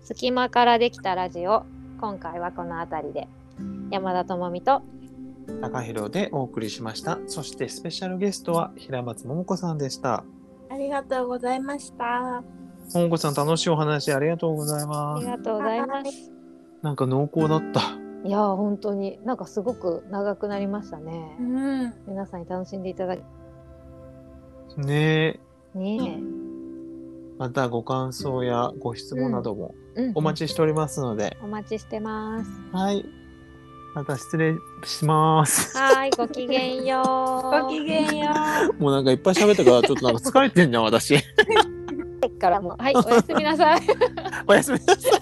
隙間からできたラジオ、今回はこの辺りで。山田智美と高弘でお送りしましたそしてスペシャルゲストは平松桃子さんでしたありがとうございました桃子さん楽しいお話ありがとうございあまりすがとうございます。なんか濃厚だったいやー本当になんかすごく長くなりましたね。うん皆さんに楽しんでいただきねえねまたご感想やご質問などもえ、うんお待ちしておりますので、お待ちしてます。はいまた失礼し ますはーいごきげん よう。ごきげんよう。もうなんかいっぱい喋ったからちょっとなんか疲れ てんじゃん私 からもはいおやすみなさい。おやすみなさい